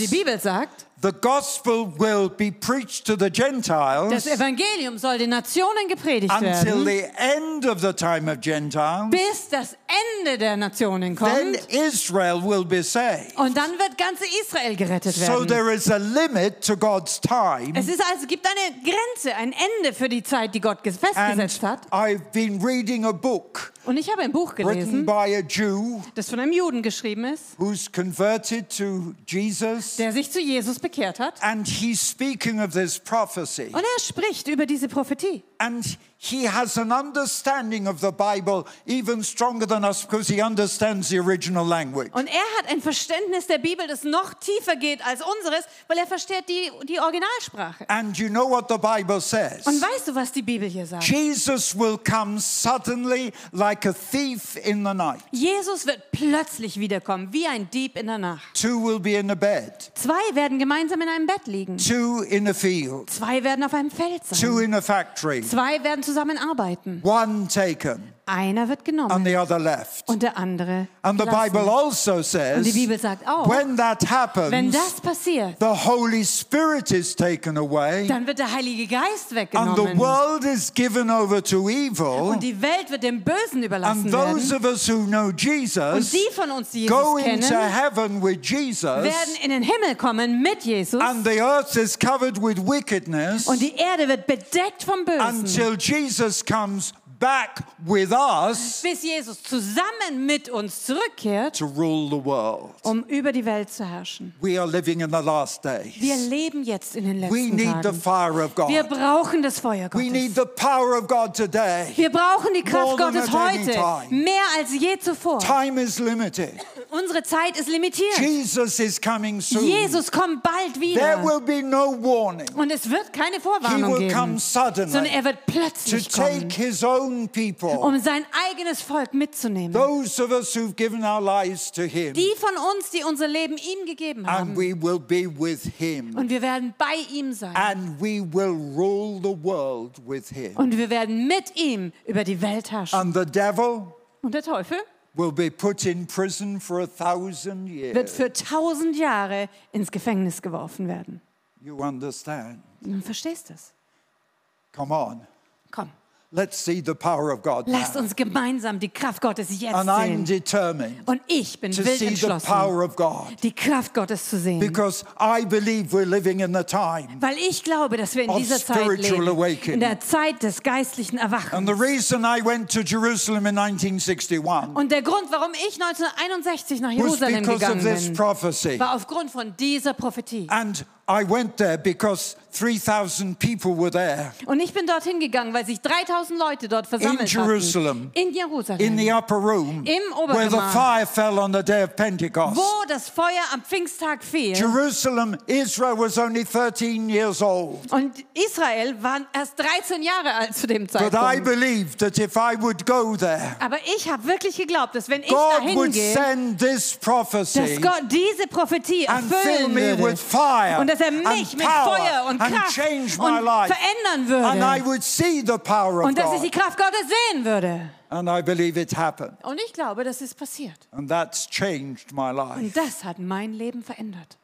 [SPEAKER 2] die
[SPEAKER 1] says
[SPEAKER 2] Bibel sagt,
[SPEAKER 1] the gospel will be preached to the
[SPEAKER 2] das
[SPEAKER 1] Gentiles
[SPEAKER 2] Evangelium soll den Nationen gepredigt
[SPEAKER 1] until
[SPEAKER 2] werden,
[SPEAKER 1] the end of the time of Gentiles.
[SPEAKER 2] bis das Ende der Nationen
[SPEAKER 1] Then
[SPEAKER 2] kommt.
[SPEAKER 1] Israel will be saved.
[SPEAKER 2] Und dann wird ganz Israel gerettet
[SPEAKER 1] So
[SPEAKER 2] werden.
[SPEAKER 1] there is a limit to God's time.
[SPEAKER 2] Es ist also, gibt eine Grenze, ein Ende für die Zeit, die Gott ges- festgesetzt
[SPEAKER 1] And
[SPEAKER 2] hat.
[SPEAKER 1] I've been reading a book
[SPEAKER 2] Und ich habe ein Buch
[SPEAKER 1] written
[SPEAKER 2] gelesen,
[SPEAKER 1] by a Jew
[SPEAKER 2] das von einem Juden geschrieben ist,
[SPEAKER 1] who's converted to Jesus,
[SPEAKER 2] der sich zu Jesus bekehrt hat.
[SPEAKER 1] and he's speaking of this prophecy.
[SPEAKER 2] Und er spricht über diese Prophetie.
[SPEAKER 1] And he has an understanding of the Bible even stronger than us because he understands the original language.
[SPEAKER 2] Und er hat ein Verständnis der Bibel, das noch tiefer geht als unseres, weil er versteht die, die Originalsprache.
[SPEAKER 1] And you know what the Bible says?
[SPEAKER 2] Und weißt du, was die Bibel hier sagt?
[SPEAKER 1] Jesus will come suddenly like a thief in the night.
[SPEAKER 2] Jesus wird plötzlich wiederkommen, wie ein Dieb in der Nacht.
[SPEAKER 1] Two will be in a bed,
[SPEAKER 2] Zwei werden gemeinsam in einem Bett liegen.
[SPEAKER 1] two in a field,
[SPEAKER 2] Zwei werden auf einem Feld sein.
[SPEAKER 1] two in a factory,
[SPEAKER 2] Zwei werden zusammen arbeiten.
[SPEAKER 1] one taken
[SPEAKER 2] Einer wird
[SPEAKER 1] and
[SPEAKER 2] genommen
[SPEAKER 1] the other left.
[SPEAKER 2] und der andere
[SPEAKER 1] Um, And the Bible
[SPEAKER 2] gelassen.
[SPEAKER 1] also
[SPEAKER 2] Und die
[SPEAKER 1] says
[SPEAKER 2] Bibel sagt auch,
[SPEAKER 1] when that
[SPEAKER 2] wenn
[SPEAKER 1] happens,
[SPEAKER 2] das passiert,
[SPEAKER 1] the Holy Spirit is taken away
[SPEAKER 2] dann wird der Heilige
[SPEAKER 1] and
[SPEAKER 2] Geist
[SPEAKER 1] the
[SPEAKER 2] weggenommen.
[SPEAKER 1] world is given over to evil.
[SPEAKER 2] Und die Welt wird dem Bösen
[SPEAKER 1] And
[SPEAKER 2] überlassen
[SPEAKER 1] those
[SPEAKER 2] werden.
[SPEAKER 1] of us who know
[SPEAKER 2] Und
[SPEAKER 1] Jesus
[SPEAKER 2] die von uns, die Jesus
[SPEAKER 1] go into
[SPEAKER 2] kennen,
[SPEAKER 1] heaven with Jesus,
[SPEAKER 2] werden in den Himmel kommen mit Jesus.
[SPEAKER 1] and the earth is covered with wickedness
[SPEAKER 2] Und die Erde wird bedeckt vom Bösen.
[SPEAKER 1] until Jesus comes back with us
[SPEAKER 2] bis Jesus zusammen mit uns zurückkehrt,
[SPEAKER 1] to rule the world.
[SPEAKER 2] um über die Welt zu herrschen.
[SPEAKER 1] We are living in the last
[SPEAKER 2] Wir
[SPEAKER 1] days.
[SPEAKER 2] leben jetzt in den
[SPEAKER 1] We
[SPEAKER 2] letzten
[SPEAKER 1] need the
[SPEAKER 2] Tagen.
[SPEAKER 1] fire of
[SPEAKER 2] Wir
[SPEAKER 1] God.
[SPEAKER 2] brauchen das Feuer
[SPEAKER 1] We need
[SPEAKER 2] Gottes.
[SPEAKER 1] the power of God today.
[SPEAKER 2] Wir brauchen die
[SPEAKER 1] More
[SPEAKER 2] Kraft
[SPEAKER 1] than at
[SPEAKER 2] Gottes
[SPEAKER 1] any
[SPEAKER 2] heute,
[SPEAKER 1] time.
[SPEAKER 2] mehr als je zuvor.
[SPEAKER 1] Time is limited.
[SPEAKER 2] Unsere Zeit ist limitiert.
[SPEAKER 1] Jesus is coming soon.
[SPEAKER 2] Jesus kommt bald
[SPEAKER 1] There
[SPEAKER 2] wieder.
[SPEAKER 1] will be no warning.
[SPEAKER 2] Und es wird keine
[SPEAKER 1] He
[SPEAKER 2] Vorwarnung
[SPEAKER 1] will come
[SPEAKER 2] geben, sondern
[SPEAKER 1] suddenly
[SPEAKER 2] er wird
[SPEAKER 1] to
[SPEAKER 2] plötzlich kommen,
[SPEAKER 1] take his own people.
[SPEAKER 2] um sein eigenes Volk mitzunehmen.
[SPEAKER 1] those of us who've given our lives to him
[SPEAKER 2] Die von uns, die unser Leben ihm gegeben
[SPEAKER 1] and
[SPEAKER 2] haben.
[SPEAKER 1] we will be with him
[SPEAKER 2] Und wir werden bei ihm sein.
[SPEAKER 1] and we will rule the world with him
[SPEAKER 2] Und wir werden mit ihm über die Welt herrschen.
[SPEAKER 1] and the devil
[SPEAKER 2] Und der Teufel
[SPEAKER 1] will be put in prison for a thousand
[SPEAKER 2] wird
[SPEAKER 1] years
[SPEAKER 2] für tausend Jahre ins Gefängnis geworfen werden.
[SPEAKER 1] you understand
[SPEAKER 2] Du verstehst das?
[SPEAKER 1] come on
[SPEAKER 2] Komm,
[SPEAKER 1] let's see the power of god
[SPEAKER 2] lasst
[SPEAKER 1] now.
[SPEAKER 2] uns gemeinsam die Kraft Gottes jetzt
[SPEAKER 1] and i'm
[SPEAKER 2] sehen.
[SPEAKER 1] determined
[SPEAKER 2] Und ich bin
[SPEAKER 1] to
[SPEAKER 2] wild
[SPEAKER 1] see the
[SPEAKER 2] entschlossen,
[SPEAKER 1] power of god
[SPEAKER 2] die Kraft Gottes zu sehen.
[SPEAKER 1] because i believe we're living in the time
[SPEAKER 2] Weil ich glaube, dass wir in
[SPEAKER 1] of
[SPEAKER 2] dieser Zeit
[SPEAKER 1] spiritual
[SPEAKER 2] leben,
[SPEAKER 1] awakening.
[SPEAKER 2] in der Zeit des geistlichen
[SPEAKER 1] and the
[SPEAKER 2] Erwachens.
[SPEAKER 1] reason i went to jerusalem in 1961
[SPEAKER 2] Und der Grund, warum ich 1961 nach
[SPEAKER 1] was
[SPEAKER 2] Oh, Jerusalem
[SPEAKER 1] because of
[SPEAKER 2] gegangen
[SPEAKER 1] this
[SPEAKER 2] bin,
[SPEAKER 1] prophecy
[SPEAKER 2] war aufgrund von dieser Prophetie.
[SPEAKER 1] And I went there because 3,000 people were there
[SPEAKER 2] Und ich bin dorthin gegangen, weil sich 3000 Leute dort versammelt
[SPEAKER 1] in Jerusalem,
[SPEAKER 2] hatten. In Jerusalem.
[SPEAKER 1] in the upper room,
[SPEAKER 2] Im
[SPEAKER 1] where the
[SPEAKER 2] Obergemach.
[SPEAKER 1] fire fell on the day of Pentecost.
[SPEAKER 2] wo das Feuer am Pfingsttag fiel.
[SPEAKER 1] Jerusalem, Israel was only 13 years old.
[SPEAKER 2] und Israel waren erst 13 Jahre alt zu dem
[SPEAKER 1] But I
[SPEAKER 2] Zeitpunkt.
[SPEAKER 1] believed that if I would go there,
[SPEAKER 2] Aber ich habe wirklich geglaubt, dass wenn ich
[SPEAKER 1] God
[SPEAKER 2] dahin
[SPEAKER 1] would
[SPEAKER 2] gehe,
[SPEAKER 1] send this
[SPEAKER 2] dass
[SPEAKER 1] prophecy
[SPEAKER 2] Gott diese Prophetie
[SPEAKER 1] and fill
[SPEAKER 2] erfüllen
[SPEAKER 1] me with
[SPEAKER 2] würde.
[SPEAKER 1] fire
[SPEAKER 2] Und dass er mich
[SPEAKER 1] and
[SPEAKER 2] mit
[SPEAKER 1] power
[SPEAKER 2] Feuer und
[SPEAKER 1] and
[SPEAKER 2] Kraft
[SPEAKER 1] change
[SPEAKER 2] und
[SPEAKER 1] my life.
[SPEAKER 2] verändern
[SPEAKER 1] And I
[SPEAKER 2] würde.
[SPEAKER 1] would see the power of
[SPEAKER 2] Und dass ich die
[SPEAKER 1] God.
[SPEAKER 2] Kraft Gottes sehen würde.
[SPEAKER 1] And I believe it happened.
[SPEAKER 2] Und ich glaube, das ist passiert.
[SPEAKER 1] And that's changed my life.
[SPEAKER 2] Und das hat mein Leben verändert.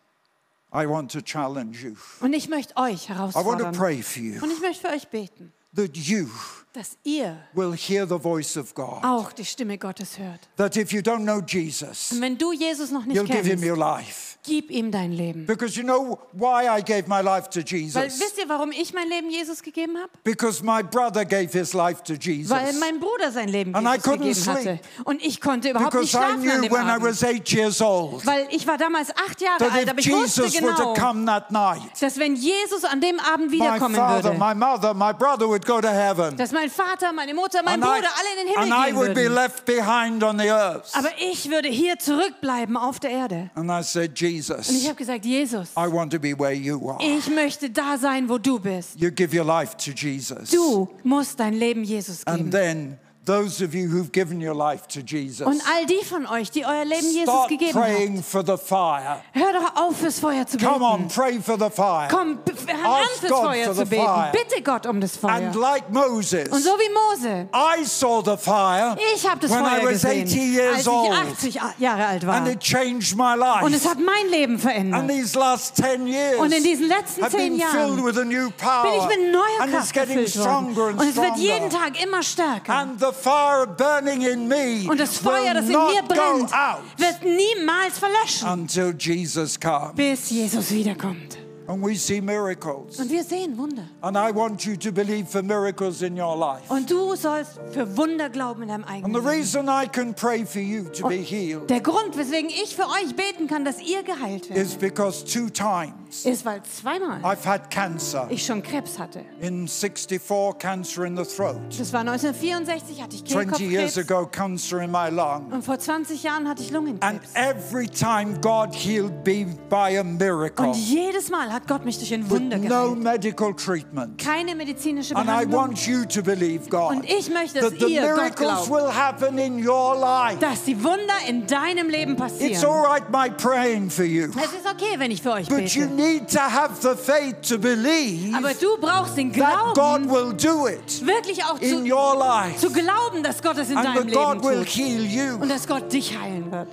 [SPEAKER 1] I want to challenge you.
[SPEAKER 2] Und ich möchte euch
[SPEAKER 1] I want to
[SPEAKER 2] herausfordern.
[SPEAKER 1] pray for you
[SPEAKER 2] Und ich möchte für euch beten,
[SPEAKER 1] that you
[SPEAKER 2] dass ihr
[SPEAKER 1] will hear the voice of God.
[SPEAKER 2] auch die Stimme Gottes hört.
[SPEAKER 1] That if you don't know
[SPEAKER 2] Und
[SPEAKER 1] Jesus,
[SPEAKER 2] wenn du Jesus noch nicht
[SPEAKER 1] you'll give him
[SPEAKER 2] kennst,
[SPEAKER 1] your life.
[SPEAKER 2] Gib ihm dein Leben.
[SPEAKER 1] Because you know why I gave my life to
[SPEAKER 2] Weil
[SPEAKER 1] Jesus?
[SPEAKER 2] wisst ihr, warum ich mein Leben Jesus gegeben habe?
[SPEAKER 1] Because my brother gave his life to
[SPEAKER 2] Weil
[SPEAKER 1] Jesus.
[SPEAKER 2] mein Bruder sein Leben
[SPEAKER 1] And I
[SPEAKER 2] Jesus
[SPEAKER 1] couldn't
[SPEAKER 2] gegeben hatte. Und ich konnte überhaupt nicht
[SPEAKER 1] Because I
[SPEAKER 2] schlafen an
[SPEAKER 1] knew
[SPEAKER 2] dem
[SPEAKER 1] when I
[SPEAKER 2] Abend.
[SPEAKER 1] was eight years old
[SPEAKER 2] Weil ich war damals acht Jahre
[SPEAKER 1] that
[SPEAKER 2] alt,
[SPEAKER 1] if
[SPEAKER 2] aber ich wusste
[SPEAKER 1] Jesus were to
[SPEAKER 2] genau,
[SPEAKER 1] come that night,
[SPEAKER 2] dass wenn Jesus an dem Abend
[SPEAKER 1] my
[SPEAKER 2] wiederkommen
[SPEAKER 1] father,
[SPEAKER 2] würde,
[SPEAKER 1] my mother, my brother would go to heaven.
[SPEAKER 2] dass mein Vater, meine Mutter, mein
[SPEAKER 1] and
[SPEAKER 2] Bruder
[SPEAKER 1] I,
[SPEAKER 2] alle in den
[SPEAKER 1] and I
[SPEAKER 2] Himmel
[SPEAKER 1] would
[SPEAKER 2] gehen
[SPEAKER 1] be
[SPEAKER 2] würden.
[SPEAKER 1] left behind on the earth.
[SPEAKER 2] Aber ich würde hier zurückbleiben auf der Erde.
[SPEAKER 1] and Eh. I said,
[SPEAKER 2] Und ich
[SPEAKER 1] Jesus,
[SPEAKER 2] habe gesagt, Jesus,
[SPEAKER 1] I want to be where you are.
[SPEAKER 2] ich möchte da sein, wo du bist.
[SPEAKER 1] You give your life to Jesus.
[SPEAKER 2] Du musst dein Leben Jesus
[SPEAKER 1] And
[SPEAKER 2] geben.
[SPEAKER 1] then those of you who've given your life to Jesus,
[SPEAKER 2] Und all die von euch, die euer Leben Jesus
[SPEAKER 1] start
[SPEAKER 2] gegeben haben,
[SPEAKER 1] praying for the fire.
[SPEAKER 2] hör doch auf, fürs Feuer zu
[SPEAKER 1] Come
[SPEAKER 2] beten.
[SPEAKER 1] on, pray for the fire.
[SPEAKER 2] Komm, b- hör an,
[SPEAKER 1] Ask
[SPEAKER 2] fürs
[SPEAKER 1] God
[SPEAKER 2] Feuer
[SPEAKER 1] for
[SPEAKER 2] zu
[SPEAKER 1] the
[SPEAKER 2] beten.
[SPEAKER 1] fire.
[SPEAKER 2] Bitte Gott um das Feuer.
[SPEAKER 1] And like Moses,
[SPEAKER 2] Und so wie Mose.
[SPEAKER 1] I saw the fire
[SPEAKER 2] Ich habe das
[SPEAKER 1] when
[SPEAKER 2] Feuer
[SPEAKER 1] I was 80
[SPEAKER 2] gesehen, als
[SPEAKER 1] years
[SPEAKER 2] ich
[SPEAKER 1] old,
[SPEAKER 2] 80 A- Jahre alt war.
[SPEAKER 1] and it changed my life.
[SPEAKER 2] Und es hat mein Leben verändert.
[SPEAKER 1] and
[SPEAKER 2] Bin
[SPEAKER 1] these last 10 years
[SPEAKER 2] Und in diesen letzten
[SPEAKER 1] have been
[SPEAKER 2] 10 Jahren
[SPEAKER 1] filled with a new power.
[SPEAKER 2] ich mit neuer
[SPEAKER 1] and it's
[SPEAKER 2] Kraft
[SPEAKER 1] getting
[SPEAKER 2] gefüllt worden.
[SPEAKER 1] stronger and
[SPEAKER 2] Und es wird
[SPEAKER 1] stronger.
[SPEAKER 2] jeden Tag immer stärker.
[SPEAKER 1] And the fire burning in me
[SPEAKER 2] Und das Feuer,
[SPEAKER 1] will
[SPEAKER 2] das in
[SPEAKER 1] not
[SPEAKER 2] mir brennt,
[SPEAKER 1] go out
[SPEAKER 2] wird niemals verlöschen,
[SPEAKER 1] until Jesus comes.
[SPEAKER 2] bis Jesus wiederkommt.
[SPEAKER 1] And we see miracles.
[SPEAKER 2] Und wir sehen Wunder.
[SPEAKER 1] And I want you to believe for miracles in your life.
[SPEAKER 2] Und du sollst für Wunder glauben in deinem
[SPEAKER 1] And the
[SPEAKER 2] eigenen Leben.
[SPEAKER 1] reason I can pray for you to be healed
[SPEAKER 2] Der Grund, weswegen ich für euch beten kann, dass ihr geheilt werdet,
[SPEAKER 1] is because two times
[SPEAKER 2] ist, weil zweimal
[SPEAKER 1] I've had cancer.
[SPEAKER 2] ich schon Krebs hatte.
[SPEAKER 1] In 64, cancer in the throat.
[SPEAKER 2] Das war 1964, hatte ich
[SPEAKER 1] 20 years
[SPEAKER 2] Kehlkopfkrebs.
[SPEAKER 1] ago, cancer in my lung.
[SPEAKER 2] Und vor 20 Jahren hatte ich
[SPEAKER 1] And
[SPEAKER 2] Lungenkrebs.
[SPEAKER 1] every time God healed me by a
[SPEAKER 2] Und
[SPEAKER 1] miracle,
[SPEAKER 2] jedes Mal hat Gott mich durch ein
[SPEAKER 1] with
[SPEAKER 2] Wunder
[SPEAKER 1] no
[SPEAKER 2] geheilt.
[SPEAKER 1] medical treatment.
[SPEAKER 2] Keine medizinische
[SPEAKER 1] And I
[SPEAKER 2] Behandlung.
[SPEAKER 1] want you to believe God
[SPEAKER 2] Und ich möchte, dass
[SPEAKER 1] that the
[SPEAKER 2] ihr Gott
[SPEAKER 1] miracles
[SPEAKER 2] glaubt,
[SPEAKER 1] will happen in your life.
[SPEAKER 2] dass die Wunder in deinem Leben
[SPEAKER 1] It's all
[SPEAKER 2] passieren.
[SPEAKER 1] right, my praying for you.
[SPEAKER 2] Es ist okay, wenn ich für euch
[SPEAKER 1] But you
[SPEAKER 2] bete.
[SPEAKER 1] need to have the faith to believe
[SPEAKER 2] Aber du brauchst den
[SPEAKER 1] that God
[SPEAKER 2] Glauben,
[SPEAKER 1] will do it
[SPEAKER 2] wirklich auch
[SPEAKER 1] in
[SPEAKER 2] zu,
[SPEAKER 1] your life
[SPEAKER 2] zu glauben, dass Gott es in
[SPEAKER 1] and
[SPEAKER 2] deinem
[SPEAKER 1] that God
[SPEAKER 2] Leben
[SPEAKER 1] will
[SPEAKER 2] tut.
[SPEAKER 1] heal
[SPEAKER 2] Und
[SPEAKER 1] you.
[SPEAKER 2] dass Gott dich heilen wird.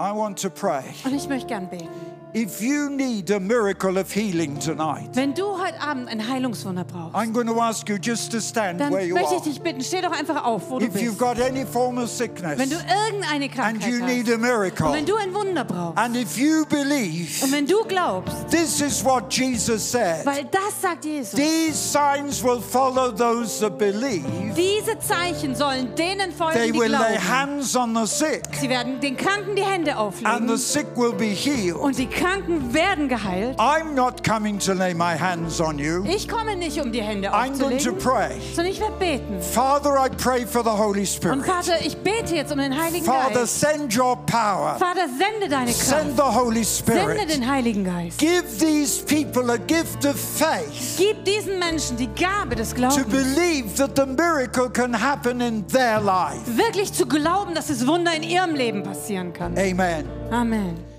[SPEAKER 1] I want to pray.
[SPEAKER 2] Und ich möchte gern beten.
[SPEAKER 1] If you need a miracle of healing tonight,
[SPEAKER 2] Wenn du heute Abend ein Heilungswunder brauchst,
[SPEAKER 1] I'm going to ask you just to stand
[SPEAKER 2] dann
[SPEAKER 1] where you
[SPEAKER 2] möchte
[SPEAKER 1] are.
[SPEAKER 2] ich dich bitten, steh doch einfach auf, wo du
[SPEAKER 1] If you've
[SPEAKER 2] bist.
[SPEAKER 1] got any form of
[SPEAKER 2] Wenn du
[SPEAKER 1] sickness
[SPEAKER 2] irgendeine
[SPEAKER 1] and
[SPEAKER 2] Krankheit
[SPEAKER 1] you need
[SPEAKER 2] hast,
[SPEAKER 1] a
[SPEAKER 2] und
[SPEAKER 1] miracle,
[SPEAKER 2] wenn du ein Wunder brauchst,
[SPEAKER 1] and if you believe
[SPEAKER 2] und wenn du glaubst,
[SPEAKER 1] This is what Jesus said.
[SPEAKER 2] weil das sagt Jesus,
[SPEAKER 1] These signs will follow those that believe.
[SPEAKER 2] diese Zeichen sollen
[SPEAKER 1] They
[SPEAKER 2] denen folgen, die
[SPEAKER 1] will lay
[SPEAKER 2] glauben.
[SPEAKER 1] hands on the sick,
[SPEAKER 2] Sie werden den Kranken die Hände
[SPEAKER 1] and the
[SPEAKER 2] auflegen
[SPEAKER 1] sick will be healed.
[SPEAKER 2] und die Kranken werden geheilt.
[SPEAKER 1] I'm not coming to lay my hands on you.
[SPEAKER 2] Ich komme nicht, um die Hände
[SPEAKER 1] I'm going to
[SPEAKER 2] aufzulegen,
[SPEAKER 1] pray.
[SPEAKER 2] sondern ich werde beten.
[SPEAKER 1] Father, I pray for the Holy
[SPEAKER 2] Und
[SPEAKER 1] Spirit.
[SPEAKER 2] Vater, ich bete jetzt um den Heiligen
[SPEAKER 1] Father,
[SPEAKER 2] Geist.
[SPEAKER 1] send your power.
[SPEAKER 2] Vater, sende deine
[SPEAKER 1] Send
[SPEAKER 2] Kraft.
[SPEAKER 1] the Holy
[SPEAKER 2] Sende
[SPEAKER 1] Spirit.
[SPEAKER 2] den Heiligen Geist.
[SPEAKER 1] Give these people a gift of faith
[SPEAKER 2] Gib diesen Menschen die Gabe des
[SPEAKER 1] to
[SPEAKER 2] Glaubens.
[SPEAKER 1] believe that the miracle can happen in their life.
[SPEAKER 2] Wirklich zu glauben, dass das Wunder in ihrem Leben passieren kann.
[SPEAKER 1] Amen.
[SPEAKER 2] Amen.